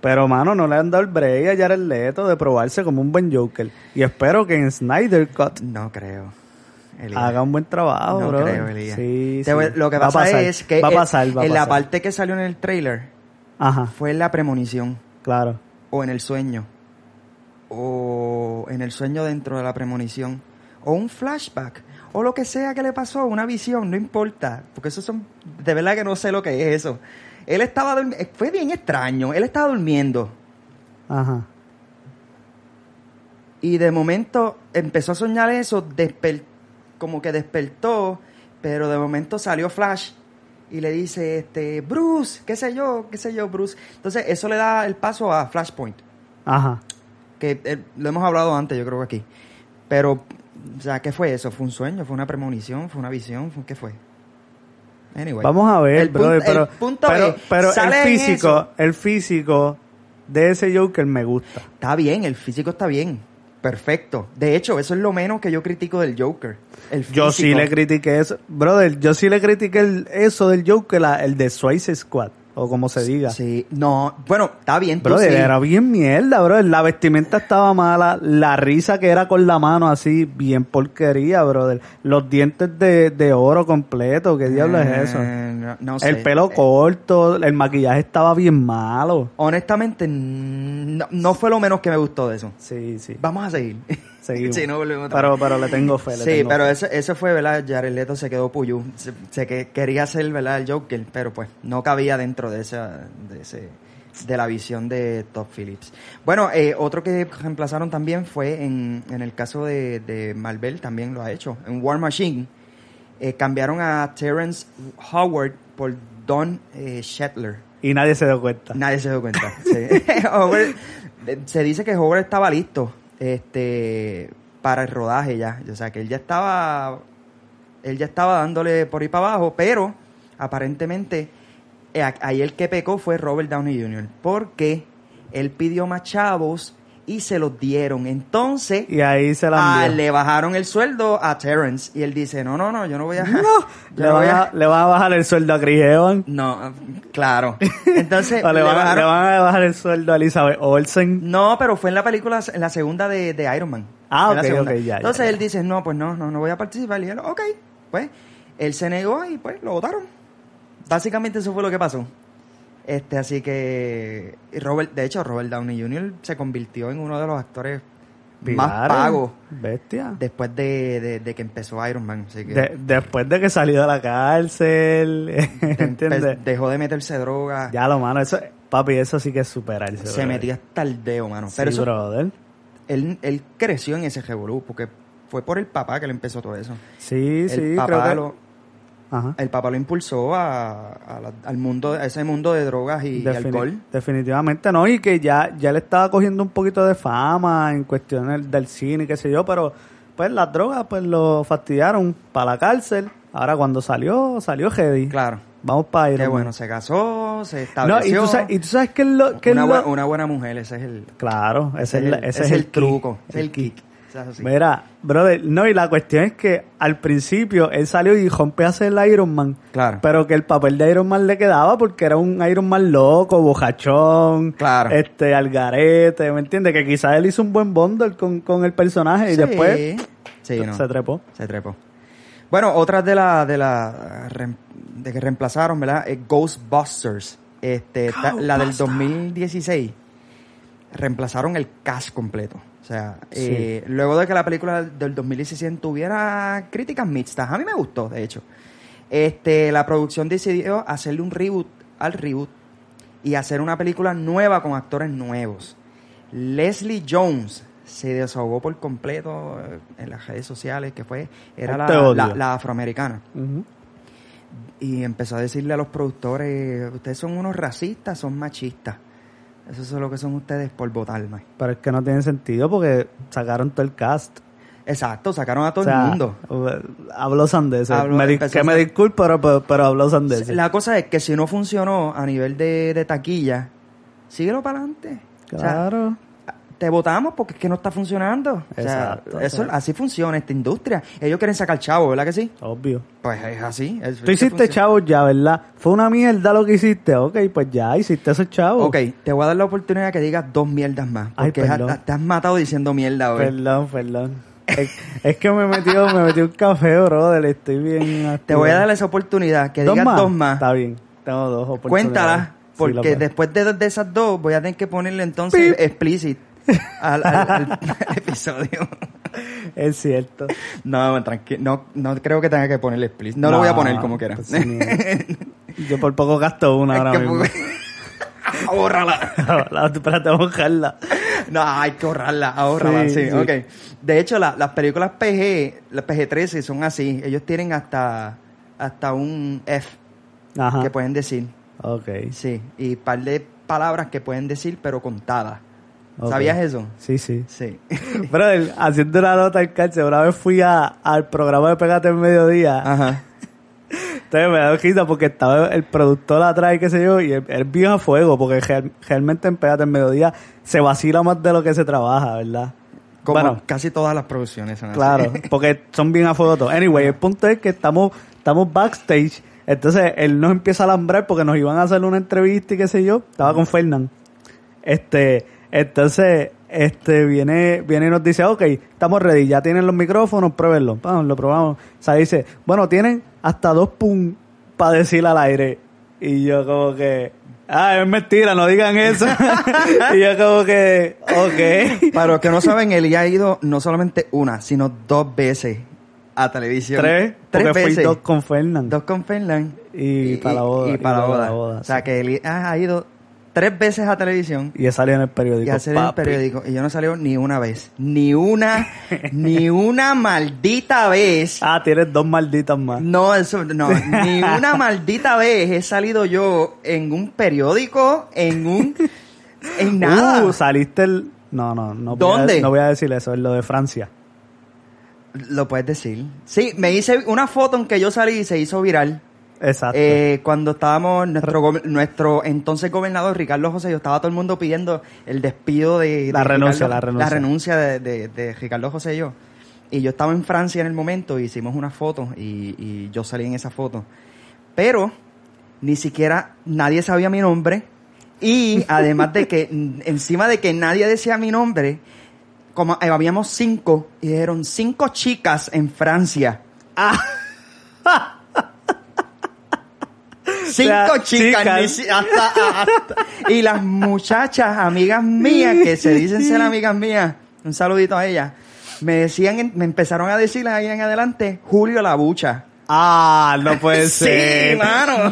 Pero mano, no le han dado el break a Jared Leto de probarse como un buen Joker. Y espero que en Snyder Cut No creo. Elías. haga un buen trabajo, No brother. creo, Elías. Sí, Te voy- sí. Lo que Va a pasa pasar, es que va a en- pasar, va a en la pasar. parte que salió en el trailer Ajá, fue la premonición. claro. o en el sueño, o en el sueño dentro de la premonición, o un flashback, o lo que sea que le pasó, una visión, no importa, porque eso son, de verdad que no sé lo que es eso. Él estaba durmiendo, fue bien extraño, él estaba durmiendo Ajá. y de momento empezó a soñar eso, desper- como que despertó, pero de momento salió Flash y le dice, este, Bruce, qué sé yo, qué sé yo, Bruce. Entonces eso le da el paso a Flashpoint. Ajá. que eh, lo hemos hablado antes, yo creo que aquí. Pero, o sea, ¿qué fue eso? ¿Fue un sueño? ¿Fue una premonición? ¿Fue una visión? ¿Fue, ¿Qué fue? Anyway. Vamos a ver, Pues, El punto- brother, el pero, punto pero, es, pero el sale en físico, eso. el físico de ese Joker me gusta. Está bien, el físico está bien. Perfecto. De hecho, eso es lo menos que yo critico del Joker. El físico. Yo sí le critiqué eso, brother, yo sí le critiqué el- eso del Joker, la- el de Suicide Squad, o como se diga. Sí, no. Bueno, está bien. tú Brother, sí. era bien mierda, brother. La vestimenta estaba mala, la risa que era con la mano así, bien porquería, brother. Los dientes de, de oro completo, ¿qué diablo es eso? Eh, no, no sé. El pelo Eh, corto, el maquillaje estaba bien malo. honestamente, no, no fue lo menos que me gustó de eso. Sí, sí. Vamos a seguir. Seguimos. Sí, no volvemos otra pero, pero le tengo fe. le Sí, tengo pero fe. ese, ese fue, ¿verdad? Jared Leto se quedó puyú. Se, se que, quería ser, ¿verdad? El Joker, pero pues no cabía dentro de esa, de ese, de la visión de Todd Phillips. Bueno, eh, otro que reemplazaron también fue en, en el caso de, de Marvel, también lo ha hecho, en War Machine. eh, cambiaron a Terrence Howard por Don eh, Shetler. Y nadie se dio cuenta. Nadie se dio cuenta. sí. Howard- eh, se dice que Howard estaba listo este, para el rodaje ya. O sea, que él ya estaba, él ya estaba dándole por ahí para abajo, pero aparentemente eh, a- ahí el que pecó fue Robert Downey Jr. Porque él pidió más chavos y se los dieron. Entonces, Y ahí se la ah, envió. le bajaron el sueldo a Terrence. Y él dice, no, no, no, yo no voy a... No, yo le, no van voy a, le van a bajar el sueldo a Chris Evans. No, claro. Entonces, O Ah, le, le van, a- bajaron- le van a bajar el sueldo a Elizabeth Olsen. No, pero fue en la película, en la segunda de, de Iron Man. Ah, Fue la ok, segunda. ok, ya, ya, Entonces ya. él dice, no, pues no, no, no voy a participar. Y él, ok, pues, él se negó y pues lo votaron. Básicamente eso fue lo que pasó. Este, así que y Robert, de hecho, Robert Downey Jr. se convirtió en uno de los actores más Pilares, pagos Bestia. después de, de- de que empezó Iron Man. Así que De- después de que salió de la cárcel. ¿Entiendes? empe- em, dejó de meterse droga, Ya lo, mano. Eso, papi, eso sí que es superarse. se brother. metía hasta el dedo, mano. Sí, Pero eso brother. él, él creció en ese revolú, porque fue por el papá que le empezó todo eso. Sí, el, sí, creo papá que... lo, Ajá. el papá lo impulsó a, a la- al mundo, a ese mundo de drogas y, y Defini- alcohol. Definitivamente no, y que ya, ya le estaba cogiendo un poquito de fama en cuestiones del cine, qué sé yo, pero pues las drogas pues lo fastidiaron para la cárcel. Ahora cuando salió, salió heavy. Claro. Vamos para Iron Qué Man. bueno, se casó, se No, y estableció. tú sabes, y tú sabes qué es lo... qué es una, lo- bua- una buena mujer, ese es el, Claro, ese es, la- ese ese es el, kick. truco, ese es El el kick. O sea, sí. Mira, brother, no, y la cuestión es que al principio él salió y rompe a hacer el Iron Man. Claro. Pero que el papel de Iron Man le quedaba porque era un Iron Man loco, bojachón, Claro. este, algarete, ¿me entiendes? Que quizás él hizo un buen bundle con, con el personaje y Sí. después Sí, no. se trepó. Se trepó. Bueno, otras de las de la, rem- de que reemplazaron, ¿verdad? Eh, Ghostbusters. Este, ta- la del Ghostbusters. 2016. Reemplazaron el cast completo. O sea, Sí. eh, luego de que la película del 2016 tuviera críticas mixtas, a mí me gustó, de hecho. Este, la producción decidió hacerle un reboot al reboot y hacer una película nueva con actores nuevos. Leslie Jones se desahogó por completo eh, en las redes sociales, que fue, era la, Te odio. la- la afroamericana. Ujú. Y empezó a decirle a los productores, ustedes son unos racistas, son machistas. Eso es lo que son ustedes por votarme. Pero es que no tiene sentido porque sacaron todo el cast. Exacto, sacaron a todo O sea, el mundo. eh, Habló sandeses. Habló- Me di- empezó que a me sa- disculpo, pero, pero, pero habló sandeses. La cosa es que si no funcionó a nivel de, de taquilla, síguelo para adelante. O sea, Claro. te votamos porque es que no está funcionando. O sea, Exacto, eso, exacto. así funciona esta industria. Ellos quieren sacar chavo, ¿verdad que sí? Obvio. Pues es así. es- Tú hiciste funciona. chavos ya, ¿verdad? Fue una mierda lo que hiciste. Ok, pues ya hiciste esos chavos. Ok, te voy a dar la oportunidad que digas dos mierdas más. Ay, Porque perdón. hasta- te has matado diciendo mierda hoy. Perdón, perdón. Es, es que me metió, me metió un café, brother. Estoy bien. Te activo. voy a dar esa oportunidad que ¿Dos digas más? dos más. Está bien. Tengo dos oportunidades. Cuéntalas, Sí, lo porque puedo. después de, de esas dos voy a tener que ponerle entonces Pip. explicit al, al- al- al episodio. Es cierto. No, tranquilo. No, no creo que tenga que ponerle explicit. No, lo voy a poner como quiera. pues, sí, ni- Yo por poco gasto una ahora Es que- mismo. Ahórrala. La espérate, vamos a buscarla. No, hay que ahorrarla, ahorrarla, Sí, sí, sí. ok. De hecho, la- las películas PG, las PG-13 son así. Ellos tienen hasta, hasta un F que Ajá. pues- pueden decir, Ok. sí. Y par de palabras que pueden decir, pero contadas. Ok. ¿Sabías eso? Sí, sí. Sí. Brother, haciendo una nota al cárcel, una vez fui a, al programa de Pégate en Mediodía. Ajá. Entonces me da risa porque estaba el productor atrás y qué sé yo, y el, el viejo a fuego, porque real- realmente en Pégate en Mediodía se vacila más de lo que se trabaja, ¿verdad? Como bueno, casi todas las producciones son así. claro, porque son bien a fuego todos. Anyway, el punto es que estamos, estamos backstage, entonces él nos empieza a alambrar porque nos iban a hacer una entrevista y qué sé yo, estaba con Fernán. Este, entonces, este viene, viene y nos dice, ok, estamos ready, ya tienen los micrófonos, pruébenlo. Pam, lo probamos. O sea, dice, bueno, tienen hasta dos pum para decir al aire. Y yo como que, Ah, es mentira, no digan eso. y yo como que, ok. Para los que no saben, él ya ha ido no solamente una, sino dos veces a televisión. Tres, tres porque fui veces. dos con Fernan. Dos con Fernan. Y para la boda, Y, para la boda. O sea, sí. que él ha ido tres veces a televisión Y he salido en el periódico. y a hacer el papi. periódico. Y yo no salió ni una vez. Ni una, ni una maldita vez. Ah, tienes dos malditas más. No, eso, no, ni una maldita vez he salido yo en un periódico, en un, en nada. Uh, saliste el... No, no, no. voy a- ¿Dónde? no voy a decir eso, es lo de Francia. Lo puedes decir. Sí, me hice una foto en que yo salí y se hizo viral. Exacto. Eh, cuando estábamos, nuestro, go- nuestro entonces gobernador Ricardo José, yo estaba todo el mundo pidiendo el despido de... de La renuncia, Ricardo- la renuncia. de, de- de Ricardo José y yo. Y yo estaba en Francia en el momento, e hicimos una foto y, y yo salí en esa foto. Pero ni siquiera nadie sabía mi nombre y además de que, n- encima de que nadie decía mi nombre, como eh, habíamos cinco y dijeron cinco chicas en Francia. Ah. Cinco Las chicas, chicas. ni si- hasta- hasta- y las muchachas, amigas mías, que se dicen ser amigas mías, un saludito a ellas, me decían, en- me empezaron a decir ahí en adelante, Julio la bucha. Ah, no puede Sí, ser. mano.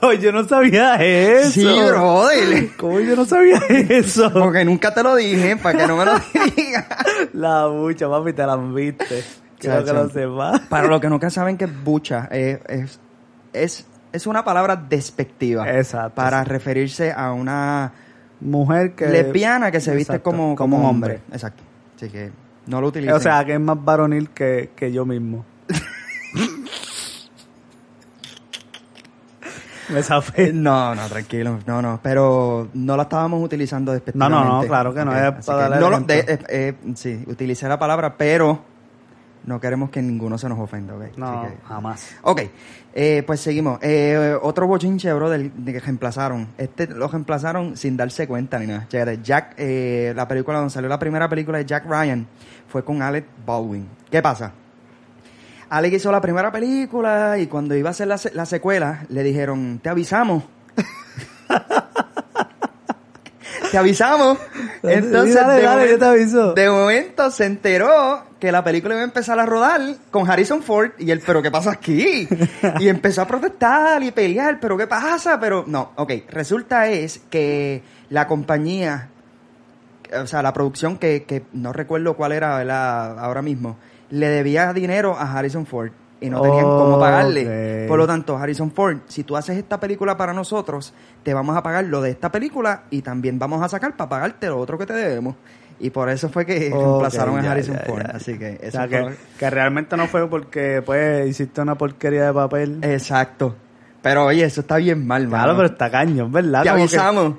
No, yo no sabía eso. Sí, brother. ¿Cómo yo no sabía eso? Porque nunca te lo dije, para que no me lo digas. La bucha, papi, te la viste. Quiero que Chacho. lo sepas. Para los que nunca saben que es bucha, eh, es, es, es una palabra despectiva. Exacto. Para referirse a una Mujer que... lesbiana que se viste Exacto, como, como como hombre. hombre. Exacto. Así que no lo utilicen. O sea, que es más varonil que, que yo mismo. Me zafé. No, no, tranquilo, no, no, pero no la estábamos utilizando despectivamente. No, no, no, claro que no, Ok, es así para que darle no lo- ejemplo. de- eh, eh, sí, utilicé la palabra, pero no queremos que ninguno se nos ofenda, ¿ok? No, Así que- jamás. ok, eh, pues seguimos. Eh, otro bochinche, bro, del, de que reemplazaron. Este lo reemplazaron sin darse cuenta ni nada. Chévere, Jack, eh, la película donde salió la primera película de Jack Ryan fue con Alec Baldwin. ¿Qué pasa? Alec hizo la primera película y cuando iba a hacer la, se- la secuela le dijeron, te avisamos. te avisamos. Entonces, Sí, dale, de, dale, momento, yo te aviso. de momento se enteró que la película iba a empezar a rodar con Harrison Ford y él, pero ¿qué pasa aquí? Y empezó a protestar y pelear, pero ¿qué pasa? Pero no, ok, resulta es que la compañía o sea, la producción que, que no recuerdo cuál era ¿verdad? ahora mismo, le debía dinero a Harrison Ford y no tenían cómo pagarle. Ok. Por lo tanto, Harrison Ford, si tú haces esta película para nosotros, te vamos a pagar lo de esta película y también vamos a sacar para pagarte lo otro que te debemos. Y por eso fue que Ok, reemplazaron ya, a Harrison ya, Ford. ya. Así que O eso sea, fue- que, que realmente no fue porque pues hiciste una porquería de papel. Eh, Exacto. Pero oye, eso está bien mal, claro, mano. pero está caño, es ¿verdad? Te Como que- avisamos.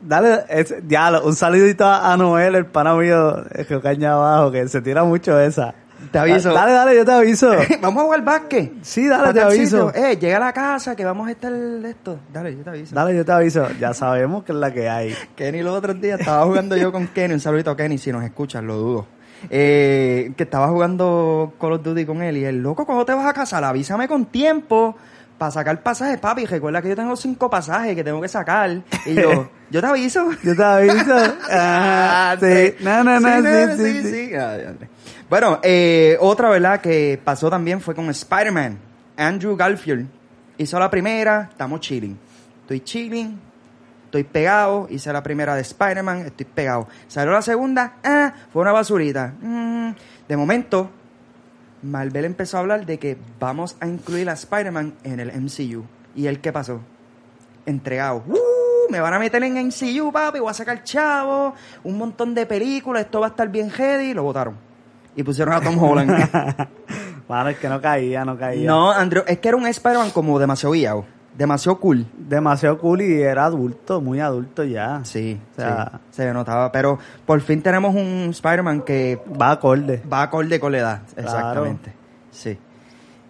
dale, es, ya, lo- un saludito a a Noel, el pana mío, eh, que caña abajo, que se tira mucho esa. Te aviso. Dale, dale, yo te aviso. vamos a jugar básquet. Sí, dale, Pa' te tal aviso. sitio. Eh, llega a la casa que vamos a estar esto. Dale, yo te aviso. Dale, yo te aviso. Ya sabemos que es la que hay. Kenny los otros días estaba jugando yo con Kenny, un saludito a Kenny, si nos escuchas, lo dudo. Eh, que estaba jugando Call of Duty con él y el loco, ¿cómo te vas a casar? Avísame con tiempo para sacar pasajes, papi. Recuerda que yo tengo cinco pasajes que tengo que sacar. Y yo, yo te aviso. Yo te aviso. Ajá, Ah, sí. No, no, no, sí, sí, sí. Ay, Andrés. Ah, Bueno, eh, otra verdad que pasó también fue con Spider-Man. Andrew Garfield hizo la primera, estamos chilling. Estoy chilling, estoy pegado, hice la primera de Spider-Man, estoy pegado. Salió la segunda, ah, fue una basurita. Mm, De momento, Marvel empezó a hablar de que vamos a incluir a Spider-Man en el MCU. ¿Y él qué pasó? entregado. ¡Uh! Me van a meter en MCU, papi, voy a sacar chavo, un montón de películas, esto va a estar bien heavy, y lo votaron. Y pusieron a Tom Holland. Mano, es que no caía, no caía. no, Andrew, es que era un Spider-Man como demasiado guiado, demasiado cool. Demasiado cool y era adulto, muy adulto ya. Sí, O sea- sí, se notaba, pero por fin tenemos un Spider-Man que Va acorde. va acorde con la edad, Claro. exactamente. Sí.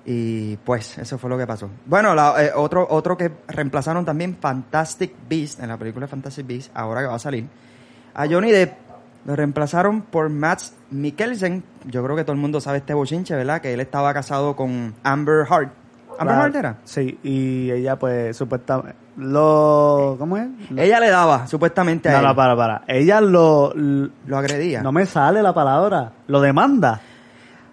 Y pues eso fue lo que pasó. Bueno, la- eh, otro otro que reemplazaron también Fantastic Beast en la película Fantastic Beast, ahora que va a salir. A Johnny Depp lo reemplazaron por Max Mikkelsen. Yo creo que todo el mundo sabe este bochinche, ¿verdad? Que él estaba casado con Amber Hart. Amber La- Hart era. Sí, y ella pues supuestamente, lo... ¿Cómo es? Ella le daba, supuestamente, a No, él. no, para, para. Ella lo... l- Lo agredía. No me sale la palabra. Lo demanda.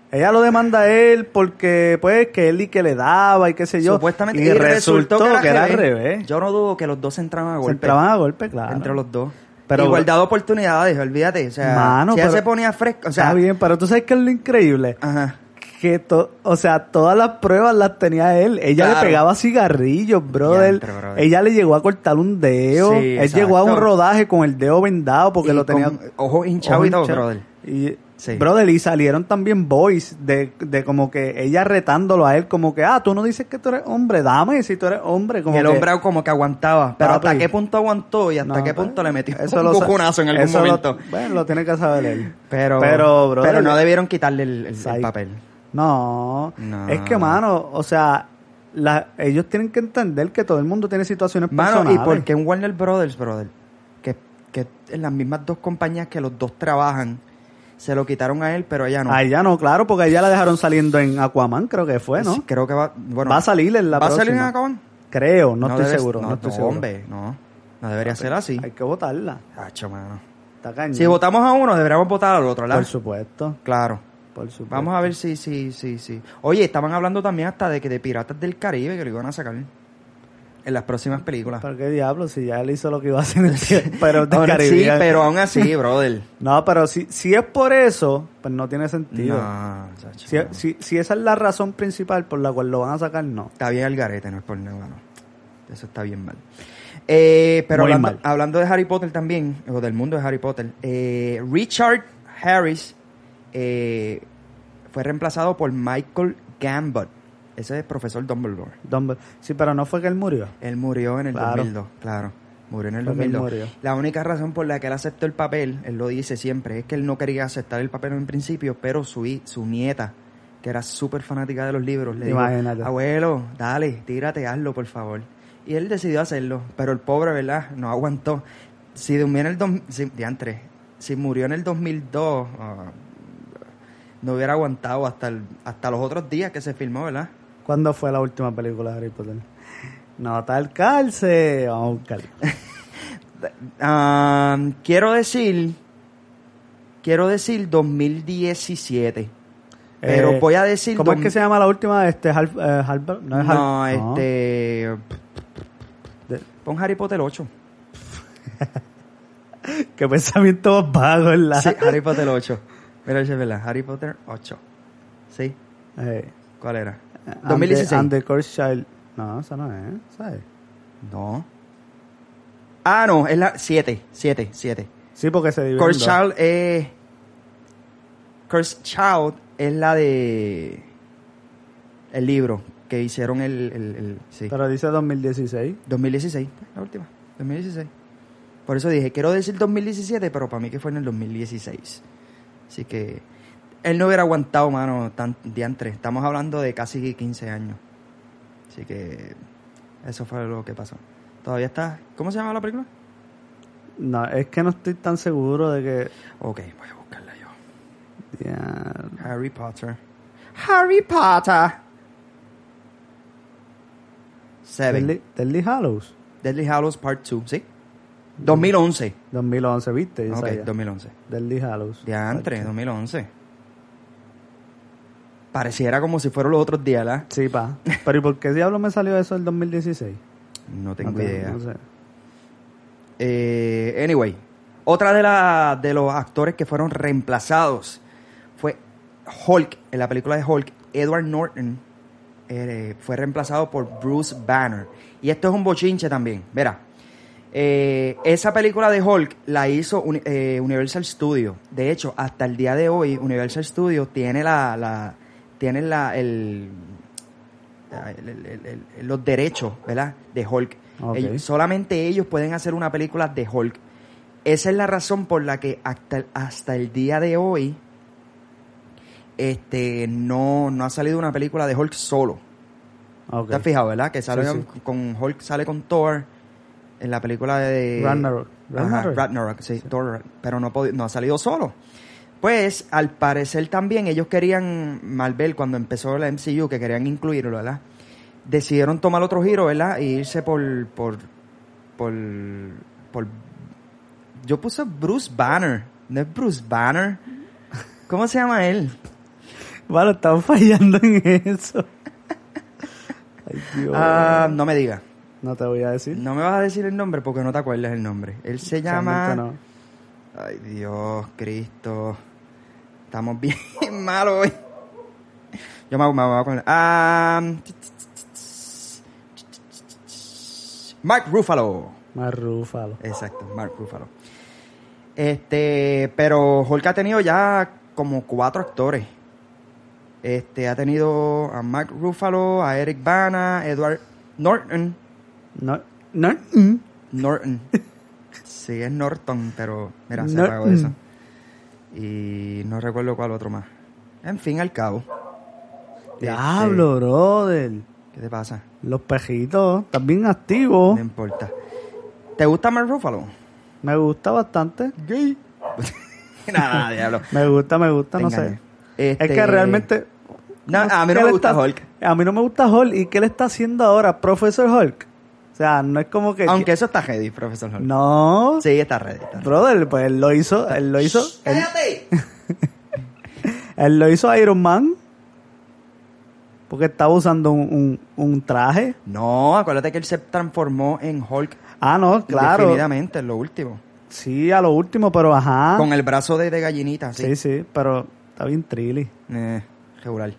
Ella lo demanda a él porque, pues, que él y que le daba y qué sé yo. Supuestamente. y resultó que era al revés. Yo no dudo que los dos se entraban a Se golpe. entraban a golpe, claro. Entre los dos. Pero- Igualdad de oportunidades, olvídate. O sea, Mano, si ella pero- se ponía fresca, o sea... Está bien, pero tú sabes que es lo increíble. Ajá. Que to- o sea, todas las pruebas las tenía él. Ella le Claro. pegaba cigarrillos, brother. Diantre, brother. Ella le llegó a cortar un dedo. Sí, él exacto. llegó a un rodaje con el dedo vendado porque Y lo tenía. con ojo hinchado y todo, hinchado. brother. Y, Sí. Brother, y salieron también boys de, de como que ella retándolo a él, como que, ah, tú no dices que tú eres hombre, dame si tú eres hombre. Como y el que- hombre como que aguantaba. Pero Papi. ¿hasta qué punto aguantó y hasta No, qué punto pues, le metió eso un lo sa- cojonazo en algún eso lo- momento? bueno, lo tiene que saber él. Pero, pero, brother, pero no debieron quitarle el, el- el Psycho. papel. No, No. es que, mano, o sea, la- ellos tienen que entender que todo el mundo tiene situaciones Mano, ¿y personales. por qué un Warner Brothers, brother? Que, que en las mismas dos compañías que los dos trabajan, se lo quitaron a él, pero ella no. A ella no, claro, porque a ella la dejaron saliendo en Aquaman, creo que fue, ¿no? Sí, Creo que va... Bueno, va a salir en la ¿va a próxima. salir en Aquaman? Creo, no, estoy debes- seguro, no, No, estoy no, seguro. hombre, no. No debería ser así. Hay que votarla. Hacho, mano. Está cañón. Si votamos a uno, deberíamos votar al otro, ¿verdad? Por supuesto, Claro. por supuesto. Vamos a ver si, si, si, si. Oye, estaban hablando también hasta de que de Piratas del Caribe que lo iban a sacar en las próximas películas. ¿Para qué diablo? Si ya él hizo lo que iba a hacer en el tiempo, pero de Aún- sí, Caribe. pero aún así, brother. No, pero si, si es por eso, pues no tiene sentido. No, chacho, Si, no. si- si esa es la razón principal por la cual lo van a sacar, no. Está bien el garete, no es por nada, no. Eso está bien mal. Eh, pero Muy hablando, mal. hablando de Harry Potter también, o del mundo de Harry Potter, eh, Richard Harris eh, fue reemplazado por Michael Gambon. Ese es profesor Dumbledore. Dumble- Sí, pero no fue que él murió. Él murió en el Claro. 2002, claro. Murió en el Creo que él 2002. murió. La única razón por la que él aceptó el papel, él lo dice siempre, es que él no quería aceptar el papel en principio, pero su, hi- su nieta, que era súper fanática de los libros, le dijo, Imagínate. abuelo, dale, tírate, hazlo, por favor. Y él decidió hacerlo, pero el pobre, ¿verdad? No aguantó. Si durmió en el... dos- Si, diantre, si murió en el 2002, ah, no hubiera aguantado hasta, el- hasta los otros días que se filmó, ¿verdad? ¿Cuándo fue la última película de Harry Potter? No, tal calce. Vamos a buscar. Am, Ah, quiero decir, quiero decir 2017. Pero Eh, voy a decir. ¿Cómo es dos- que se llama la última? Este, Har- eh, Harvard- No, no, es Har- este. De- Pon Harry Potter 8. Qué pensamiento más vago, ¿verdad? Sí, Harry Potter 8. Mira, es verdad. Harry Potter 8. ¿Sí? Eh, ¿Cuál era? and the- 2016. and the Cursed Child. No, esa no es, ¿sabes? No. Ah, no, es la 7. 7, 7. Sí, porque se divide. Cursed en dos. Child es. Cursed Child es la de. El libro que hicieron el. el, el- sí. Pero dice 2016. 2016, pues, la última. 2016. Por eso dije, quiero decir 2017, pero para mí que fue en el 2016. Así que. Él no hubiera aguantado, mano, tan diantre. Estamos hablando de casi 15 años. Así que. Eso fue lo que pasó. Todavía está. ¿Cómo se llama la película? No, es que no estoy tan seguro de que. Ok, voy a buscarla yo. Ya, Harry Potter. Harry Potter. Seven. Deadly, Deadly Hallows. Deadly Hallows Part 2, ¿sí? Mm. 2011. 2011, ¿viste? Yo Ok, sabía. 2011. Deadly Hallows. Diantre, 2011. Pareciera como si fueron los otros días, ¿la? Sí, pa. Pero ¿y por qué diablo me salió eso el 2016? No tengo No te- idea. no sé. Eh, anyway, otra de, la, de los actores que fueron reemplazados fue Hulk, en la película de Hulk, Edward Norton eh, fue reemplazado por Bruce Banner. Y esto es un bochinche también, verá. Eh, esa película de Hulk la hizo Uni- eh, Universal Studios. De hecho, hasta el día de hoy, Universal Studios tiene la, la- tiene la, el, el- el- el- el- los derechos, ¿verdad? De Hulk. Ok. Ellos- solamente ellos pueden hacer una película de Hulk. Esa es la razón por la que hasta, el- hasta el día de hoy este, no, no ha salido una película de Hulk solo. Ok. ¿Te has fijado, verdad? Que sale Sí, sí. con Hulk, sale con Thor en la película de... Ragnarok. Ajá, Ragnarok. Ragnarok, sí, Thor, pero no, ha podi- no ha salido solo. Pues, al parecer también, ellos querían, Marvel, cuando empezó la MCU, que querían incluirlo, ¿verdad? Decidieron tomar otro giro, ¿verdad? Y irse E por, por por, por... Yo puse Bruce Banner. ¿No es Bruce Banner? ¿Cómo se llama él? Bueno, estamos fallando en eso. Ay, Dios. Ah, no me digas. no te voy a decir. No me vas a decir el nombre porque no te acuerdas el nombre. Él se llama... Realmente Ay, Dios, Cristo. Estamos bien malos hoy. Yo me hago, me hago, me hago con... Ah, Mark Ruffalo. no. Más rúfalo. Exacto, Mark Ruffalo. Este, pero Hulk ha tenido ya como cuatro actores. Este, ha tenido a Mark Ruffalo, a Eric Bana, Edward Norton. No, no, mm. Norton. Sí, es Norton, pero mira, se Norton. apagó eso. Y no recuerdo cuál otro más. En fin, al cabo. Diablo, brother. Este, ¿Qué te pasa? Los pejitos, estás bien activo. No importa. ¿Te gusta Mark Ruffalo? Me gusta bastante. Gay. Nada, diablo. Me gusta, me gusta, Te no sé. engañé. Este- Es que realmente. No, sé a mí qué no me le gusta está- Hulk. A mí no me gusta Hulk. ¿Y qué le está haciendo ahora, Profesor Hulk? O sea, no es como que. Aunque eso está ready, profesor Hulk. No. Sí, está ready. está ready. Brother, pues él lo hizo. Él lo hizo. Él, ¡Cállate! él lo hizo Iron Man. Porque estaba usando un, un- un traje. No, acuérdate que él se transformó en Hulk. Ah, no, claro. Definitivamente, es lo último. Sí, a lo último, pero ajá. Con el brazo de, de gallinita, Ah. Sí, sí, pero está bien trilly. Eh, regular.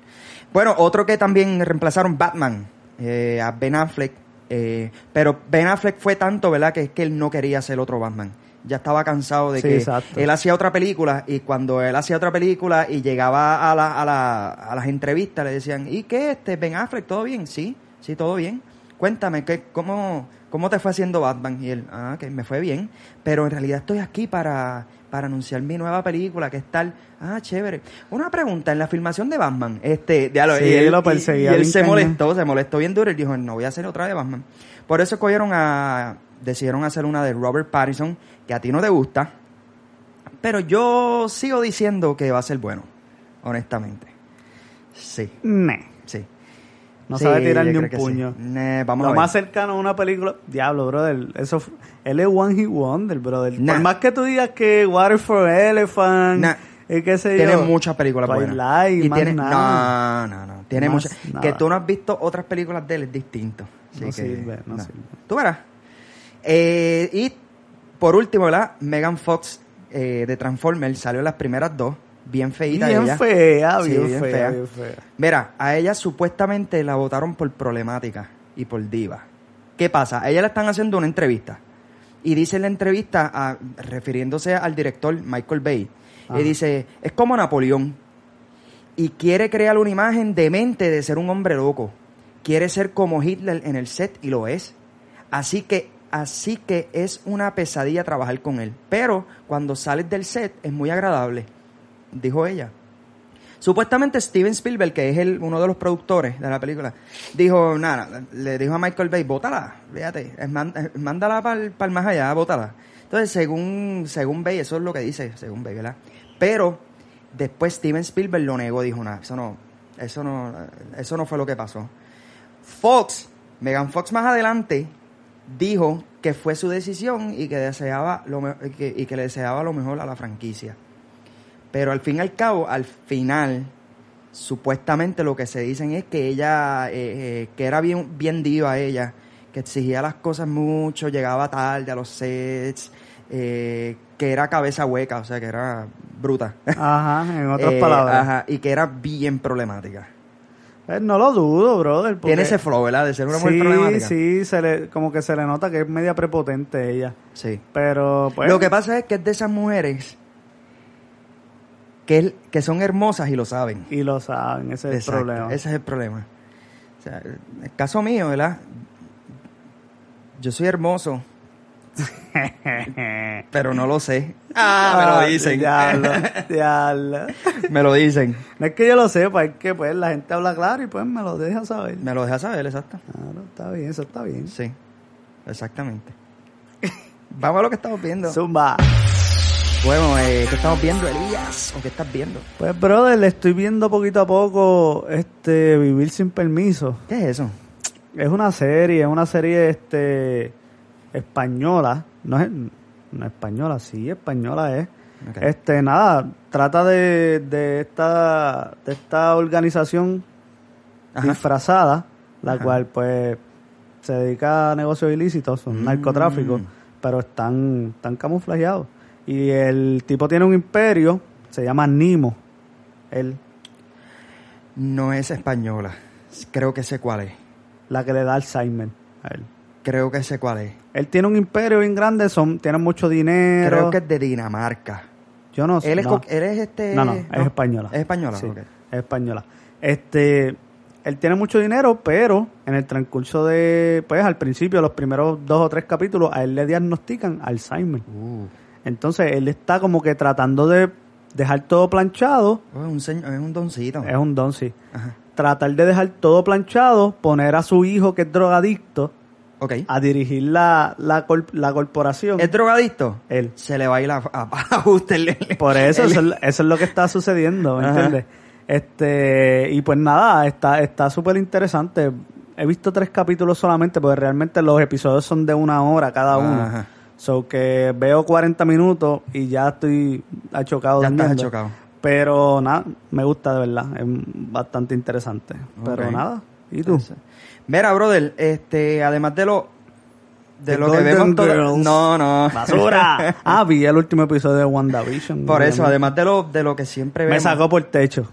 Bueno, otro que también reemplazaron Batman eh, a Ben Affleck. eh, pero Ben Affleck fue tanto, ¿verdad? Que es que él no quería ser otro Batman. Ya estaba cansado de Sí, que exacto. él hacía otra película y cuando él hacía otra película y llegaba a, la- a la- a las entrevistas le decían, ¿y qué este Ben Affleck? ¿Todo bien? Sí, sí, todo bien. Cuéntame, ¿qué, cómo, ¿cómo te fue haciendo Batman? Y él, ah, que me fue bien, pero en realidad estoy aquí para, para anunciar mi nueva película, que es tal. Ah, chévere. Una pregunta, en la filmación de Batman, este, de Sí, y él, lo y- perseguía y él bien se cañón. molestó, se molestó bien duro y dijo, no voy a hacer otra de Batman. Por eso cogieron a, decidieron hacer una de Robert Pattinson, que a ti no te gusta, pero yo sigo diciendo que va a ser bueno, honestamente. Sí, Nah. sí. No Sí, sabe tirar yo ni un creo que sí. puño. Nah, vamos a Lo ver. más cercano a una película. Diablo, brother. Eso fu- él es One Hit Wonder, brother. Nah. Por más que tú digas que Water for Elephant. Nah. Y qué sé tiene yo. muchas películas Twilight, buenas. más tiene, nada. no, no, no. Tiene Más muchas. nada. Que tú no has visto otras películas de él es distinto. Así No que, sirve, no sirve. Tú verás. Eh, y por último, ¿verdad? Megan Fox eh, de Transformers salió en las primeras dos. Bien feíta Bien ella. fea, Sí, bien, bien fea, fea. bien fea. Mira, a ella supuestamente la votaron por problemática y por diva. ¿Qué pasa? A ella le están haciendo una entrevista. Y dice en la entrevista, a- refiriéndose al director Michael Bay, Ajá. y dice, es como Napoleón. Y quiere crear una imagen demente de ser un hombre loco. Quiere ser como Hitler en el set y lo es. Así que, así que es una pesadilla trabajar con él. Pero cuando sales del set es muy agradable, dijo ella. Supuestamente Steven Spielberg, que es el, uno de los productores de la película, dijo, nada, le dijo a Michael Bay, bótala, fíjate, es man- eh, mándala para el más allá, bótala. Entonces, según, según Bay, eso es lo que dice, según Bay, ¿verdad? Pero después Steven Spielberg lo negó, dijo, nada, eso no, eso no, eso no fue lo que pasó. Fox, Megan Fox más adelante, dijo que fue su decisión y que, deseaba lo me- que- y que le deseaba lo mejor a la franquicia. Pero al fin y al cabo, al final, supuestamente lo que se dicen es que ella, eh, eh, que era bien, bien diva ella, que exigía las cosas mucho, llegaba tarde a los sets, eh, que era cabeza hueca, o sea, que era bruta. Ajá, en otras Eh, palabras. ajá, y que era bien problemática. Eh, no lo dudo, brother. porque- Tiene ese flow, ¿verdad? De ser una mujer Sí, problemática. sí, se le, como que se le nota que es media prepotente ella. Sí. Pero, pues. Lo que pasa es que es de esas mujeres que, que son hermosas y lo saben. Y lo saben, ese Este es el Exacto, problema. Ese es el problema. O sea, en el caso mío, ¿verdad? Yo soy hermoso, pero no lo sé. Ah, me lo dicen. Diablo, diablo. me lo dicen. No es que yo lo sepa, es que pues la gente habla claro y pues me lo deja saber. Me lo deja saber, exacto. Claro, está bien, eso está bien. Sí, exactamente. Vamos a lo que estamos viendo. Zumba. Bueno, eh, ¿qué estamos viendo, Elías? ¿O qué estás viendo? Pues, brother, le estoy viendo poquito a poco este Vivir sin permiso. ¿Qué es eso? Es una serie, es una serie este española, no es, no es española, sí, española es. Ok. Este, nada, trata de, de esta, de esta organización Ajá. disfrazada, la Ajá. cual pues se dedica a negocios ilícitos, son Mm. narcotráficos, pero están, están camuflajeados. Y el tipo tiene un imperio, se llama Nimo, él, No es española. Creo que sé cuál es. la que le da Alzheimer a él. Creo que sé cuál es. Él tiene un imperio bien grande, son, tiene mucho dinero. Creo que es de Dinamarca. yo no sé. Él es, no. co- él es este. No, no, es española. Es española, Sí, ok. Es española. Este, él tiene mucho dinero, pero en el transcurso de, pues al principio, los primeros dos o tres capítulos, a él le diagnostican Alzheimer. Uh, Entonces él está como que tratando de dejar todo planchado. oh, es, un señor- es un doncito. Es un don, sí. Ajá. Tratar de dejar todo planchado, poner a su hijo, que es drogadicto, Ok. a dirigir la, la, cor- la corporación. ¿Es drogadicto? Él. Se le va a ir a, a- a usted el- Por eso, el- eso, es- eso es lo que está sucediendo, ¿me Ajá. entiendes? Este, y pues nada, está está súper interesante. He visto tres capítulos solamente, porque realmente los episodios son de una hora cada uno. Ajá. So que veo 40 minutos y ya estoy achocado. Ya estás durmiendo. achocado. Pero nada, me gusta de verdad. Es bastante interesante. Pero Ok. nada, ¿y tú? Mira, brother, este, además de lo. De The lo que Golden vemos toda- Girls. No, no. ¡Basura! ah, vi el último episodio de WandaVision. Por eso, obviamente. además de lo, de lo que siempre Me vemos. sacó por el techo.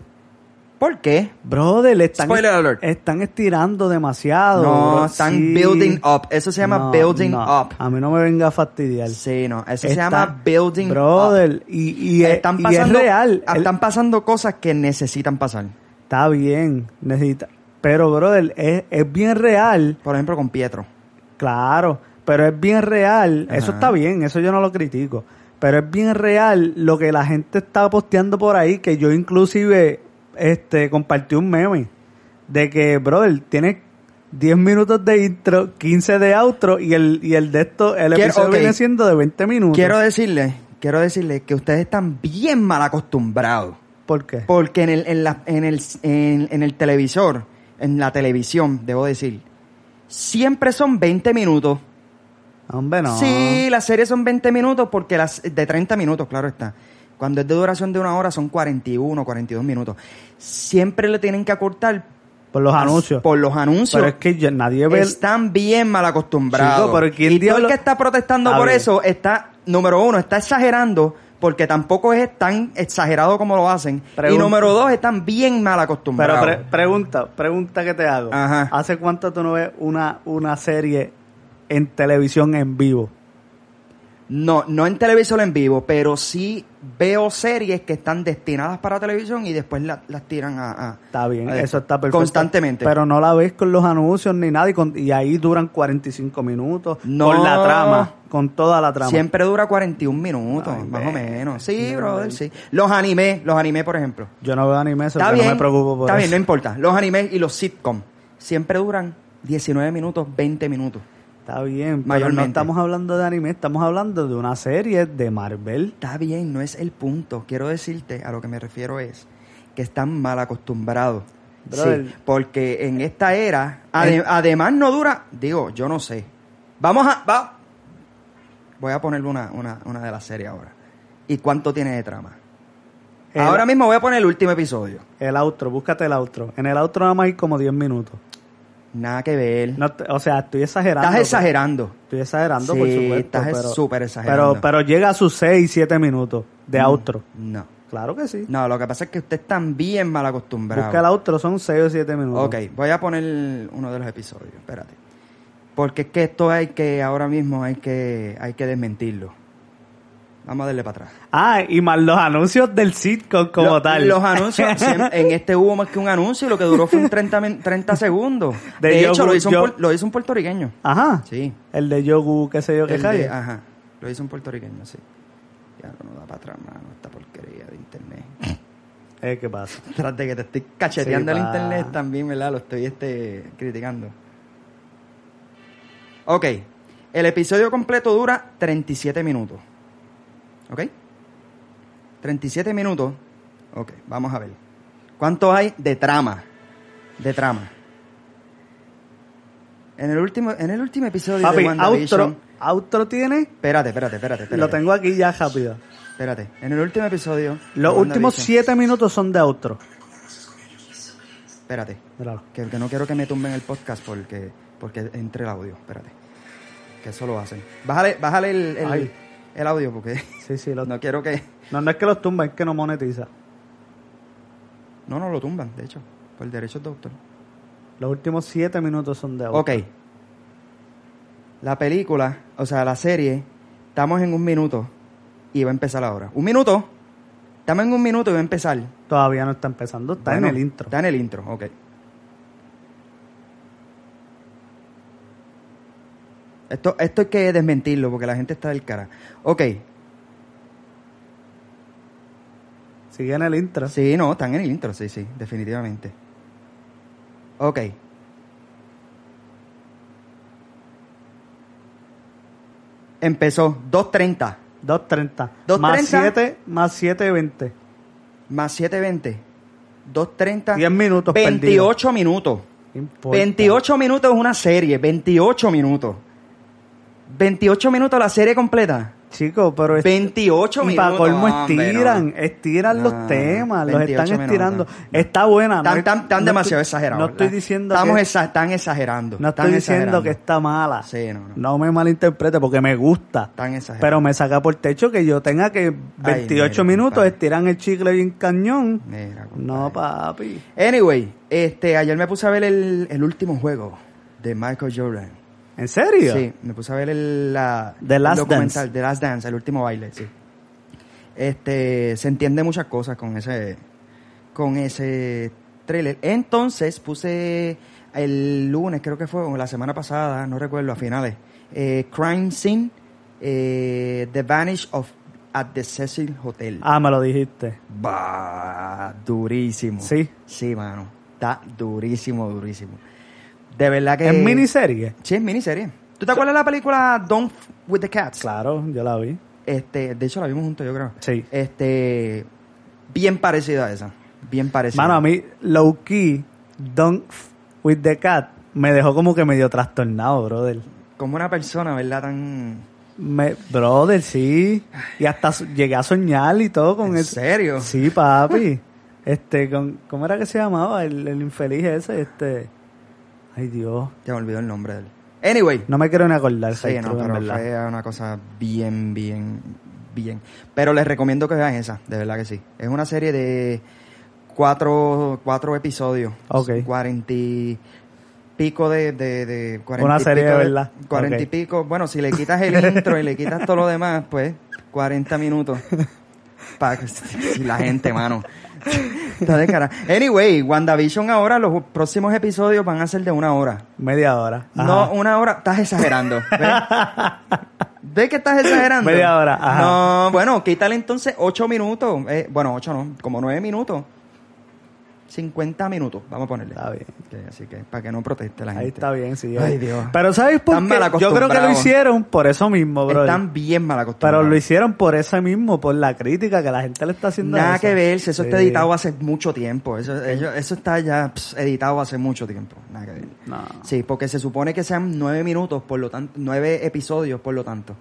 ¿Por qué? Brother, le están, Spoiler alert. están estirando demasiado. No, bro. están Sí. building up. Eso se llama No, building no. up. A mí no me venga a fastidiar. Sí, no. Eso se Está- llama building up. Brother, y, y, es- están y pasando, es real. Él- Están pasando cosas que necesitan pasar. está bien, necesita. Pero, brother, es, es bien real. Por ejemplo, con Pietro. Claro, pero es bien real. Ajá. Eso está bien, eso yo no lo critico. Pero es bien real lo que la gente está posteando por ahí, que yo inclusive este, compartí un meme de que, brother, tiene 10 minutos de intro, 15 de outro y el, y el de esto, el Quiero- episodio ok. viene siendo de 20 minutos. Quiero decirle, quiero decirle que ustedes están bien mal acostumbrados. ¿Por qué? Porque en el, en la- en el, en, en el televisor, en la televisión, debo decir, siempre son 20 minutos. Ah, Hombre, no. Sí, las series son 20 minutos porque las de 30 minutos, claro está. Cuando es de duración de una hora son 41, 42 minutos. Siempre le tienen que acortar Por los as- anuncios. por los anuncios. Pero es que yo- nadie ve... Están bien mal acostumbrados. Chico, pero ¿quién y todo el diablo- que está protestando Está por bien. eso está, número uno, está exagerando porque tampoco es tan exagerado como lo hacen. Y Pregunta. número dos, están bien mal Pero acostumbrados. pre- pregunta, pregunta que te hago. Ajá. ¿Hace cuánto tú no ves una, una serie en televisión en vivo? No, no en televisión en vivo, pero sí veo series que están destinadas para televisión y después la- las tiran a... a- Está bien, a- eso está perfecto. Constantemente. Pero no la ves con los anuncios ni nada y, con- y ahí duran 45 minutos No. con la trama, con toda la trama. Siempre dura 41 minutos, Ay, más ve. o menos. Sí, No, brother, ve. sí. Los animes, los animes, por ejemplo. Yo no veo anime, eso Está bien, no me preocupo por está bien, eso. no importa. Los animes y los sitcom siempre duran 19 minutos, 20 minutos. Está bien, pero no Mayormente. estamos hablando de anime, estamos hablando de una serie de Marvel. Está bien, no es el punto. Quiero decirte, a lo que me refiero es que están mal acostumbrados. Brother. Sí, porque en esta era, ade- además no dura, digo, yo no sé. Vamos a, va- voy a ponerle una, una, una de las series ahora. ¿Y cuánto tiene de trama? El- Ahora mismo voy a poner el último episodio. El outro, búscate el outro. En el outro nada más hay como 10 minutos. Nada que ver. No te- o sea, estoy exagerando. Estás pero- exagerando. Estoy exagerando, Sí, por supuesto. estás pero- súper exagerando. Mm. Pero, pero llega a sus 6, 7 minutos de outro. No. Claro que sí. No, lo que pasa es que usted está bien mal acostumbrado. Busca el outro, son 6 o 7 minutos. Ok, voy a poner uno de los episodios, espérate. Porque es que esto hay que, ahora mismo hay que, hay que desmentirlo. Vamos a darle para atrás. Ah, y más los anuncios del sitcom como Lo- tal. Los anuncios, siem- en este hubo más que un anuncio y lo que duró fue un 30, min- 30 segundos. De De, yo- hecho, lo hizo, yo- un, puer- lo hizo un puertorriqueño. Ajá. Sí. El de Yogu, qué sé yo, qué El de- ah. calle. ajá, lo hizo un puertorriqueño, sí. Ya no da para atrás, mano, esta porquería de internet. Eh, ¿Qué pasa? Tras de que te estoy cacheteando Sí, el pa. internet también, ¿verdad? Lo estoy este, criticando. Ok. El episodio completo dura 37 minutos. ¿Ok? 37 minutos. Ok, vamos a ver. ¿Cuánto hay de trama? De trama. En el último, en el último episodio Papi, de WandaVision... outro, outro tiene. Espérate, espérate, espérate, espérate. Lo tengo aquí ya rápido. Espérate. En el último episodio... Los de últimos WandaVision- siete minutos son de outro. Espérate. Míralo. Que, que no quiero que me tumben el podcast porque, porque entre el audio. Espérate. Que eso lo hacen. Bájale, bájale el, el, Ay. el audio porque Sí, sí. lo- no. no quiero que... No, es que los tumba, es que no monetiza. No, no lo tumban, de hecho. Por derecho de autor. Los últimos siete minutos son de outro. Ok. La película, o sea, la serie, estamos en un minuto y va a empezar ahora. ¿Un minuto? Estamos en un minuto y va a empezar. Todavía no está empezando, está Bueno, en el intro. Está en el intro, ok. Esto, esto hay que desmentirlo porque la gente está del cara. Ok, Sigue en el intro. sí, no, están en el intro, sí, sí, definitivamente. Ok. Empezó 2.30 2.30. 2.30. Más 7, más 7, 20. más 7.20. 2.30. 10 minutos 28 minutos. perdidos. No importa. 28 minutos es una serie, 28 minutos. 28 minutos la serie completa. Chicos, pero... es- 28 Pues, y minutos. para colmo No, hombre, estiran, no. estiran No, los temas, los 28 están estirando. minutos. Está buena. no Están, es- están- están no demasiado estoy- exagerados. No estoy ¿verdad? diciendo Estamos que, exa- están exagerando. no están estoy diciendo exagerando. que está mala. Sí, no, no. No me malinterprete porque me gusta. Están exagerando. Pero me saca por techo que yo tenga que 28 mira, minutos compadre. estiran el chicle bien cañón. Mira, compadre. No, papi. Anyway, este, ayer me puse a ver el, el último juego de Michael Jordan. ¿En serio? Sí, me puse a ver el, la, The el Last documental Dance. The Last Dance, el último baile, sí. Este, se entiende muchas cosas con ese con ese trailer. Entonces puse el lunes, creo que fue, o la semana pasada, no recuerdo, a finales, eh, Crime Scene, eh, The Vanish of at the Cecil Hotel. Ah, me lo dijiste. Bah, durísimo. Sí. Sí, mano. Está durísimo, durísimo. De verdad que... ¿Es miniserie? Sí, es miniserie. ¿Tú te acuerdas de la película Don't F with the Cats? Claro, yo la vi. Este, de hecho la vimos juntos, yo creo. Sí. Este, bien parecida a esa. Bien parecida. Mano, a mí, low key, Don't F with the Cat, me dejó como que medio trastornado, brother. Como una persona, ¿verdad? Tan. Me, brother, sí. Y hasta so- llegué a soñar y todo con ¿En eso. serio? Sí, papi. Este, con, ¿cómo era que se llamaba? El, el infeliz ese, este. Ay, Dios. Ya me olvidó el nombre de él. Anyway. No me quiero ni acordar. sí, no, Saitru, en pero verdad. fue una cosa bien, bien, bien. Pero les recomiendo que vean esa, de verdad que sí. Es una serie de cuatro, cuatro episodios. Ok. Cuarenta y pico de... de, de cuarenta Una y serie pico de verdad. Cuarenta y Ok. pico. Bueno, si le quitas el intro y le quitas todo lo demás, pues 40 minutos. Pa- la gente, mano. Está de cara. Anyway, WandaVision ahora, los próximos episodios van a ser de una hora. Media hora. Ajá. No, una hora, estás exagerando. ¿Ves? ¿Ves que estás exagerando? Media hora, ajá. No, bueno, quítale entonces ocho minutos. Eh, bueno, ocho no, como nueve minutos. 50 minutos, vamos a ponerle. Está bien. Que- Así que, para que no proteste la gente. Ahí está bien, sí. Ay, Dios. Pero ¿sabes por Están qué? mal Yo creo que lo acostumbrados. hicieron por eso mismo, bro. Están bien mal acostumbrados. Pero lo hicieron por eso mismo, por la crítica que la gente le está haciendo. a Nada eso. que ver, si eso está Sí. editado hace mucho tiempo. Eso, ello- eso está ya pss, editado hace mucho tiempo. Nada que ver. No. Sí, porque se supone que sean nueve minutos, por lo tanto, nueve episodios, por lo tanto.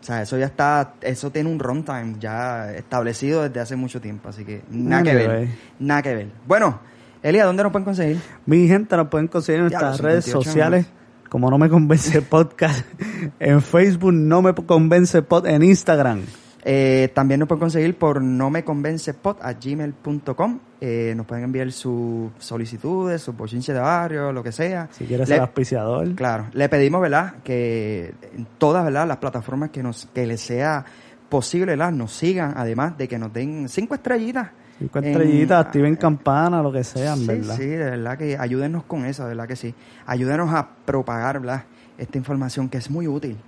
O sea, eso ya está, eso tiene un runtime ya establecido desde hace mucho tiempo, así que nada que ver, Anyway. nada que ver. Bueno, Elia, ¿dónde nos pueden conseguir? Mi gente nos pueden conseguir en Ya, los nuestras redes 58 sociales. Como no me convence podcast en Facebook, no me convence pod en Instagram. Eh, también nos pueden conseguir por no me a gmail.com. Eh, nos pueden enviar sus solicitudes, sus bochinches de barrio, lo que sea. Si quieres Le- ser auspiciador. Claro, le pedimos, ¿verdad? Que en todas, ¿verdad? Las plataformas que nos que les sea posible, ¿verdad? Nos sigan, además de que nos den cinco estrellitas. Cinco En- eh, estrellitas, activen campana, lo que sea, en Sí, ¿verdad? sí, de verdad que ayúdenos con eso, de verdad que sí. Ayúdenos a propagar, ¿verdad? Esta información que es muy útil,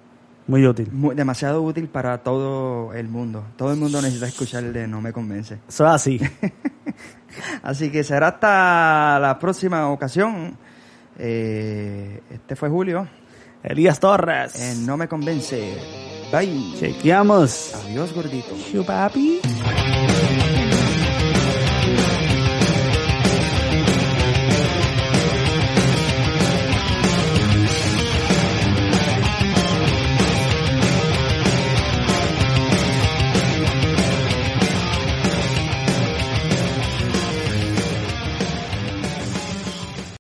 Muy útil. muy- demasiado útil para todo el mundo. Todo el mundo necesita escuchar el de No Me Convence. Eso es así. Así que será hasta la próxima ocasión. Eh, este fue Julio Elías Torres. en No Me Convence. Bye. Chequeamos. Adiós, gordito. Chupapi. Thank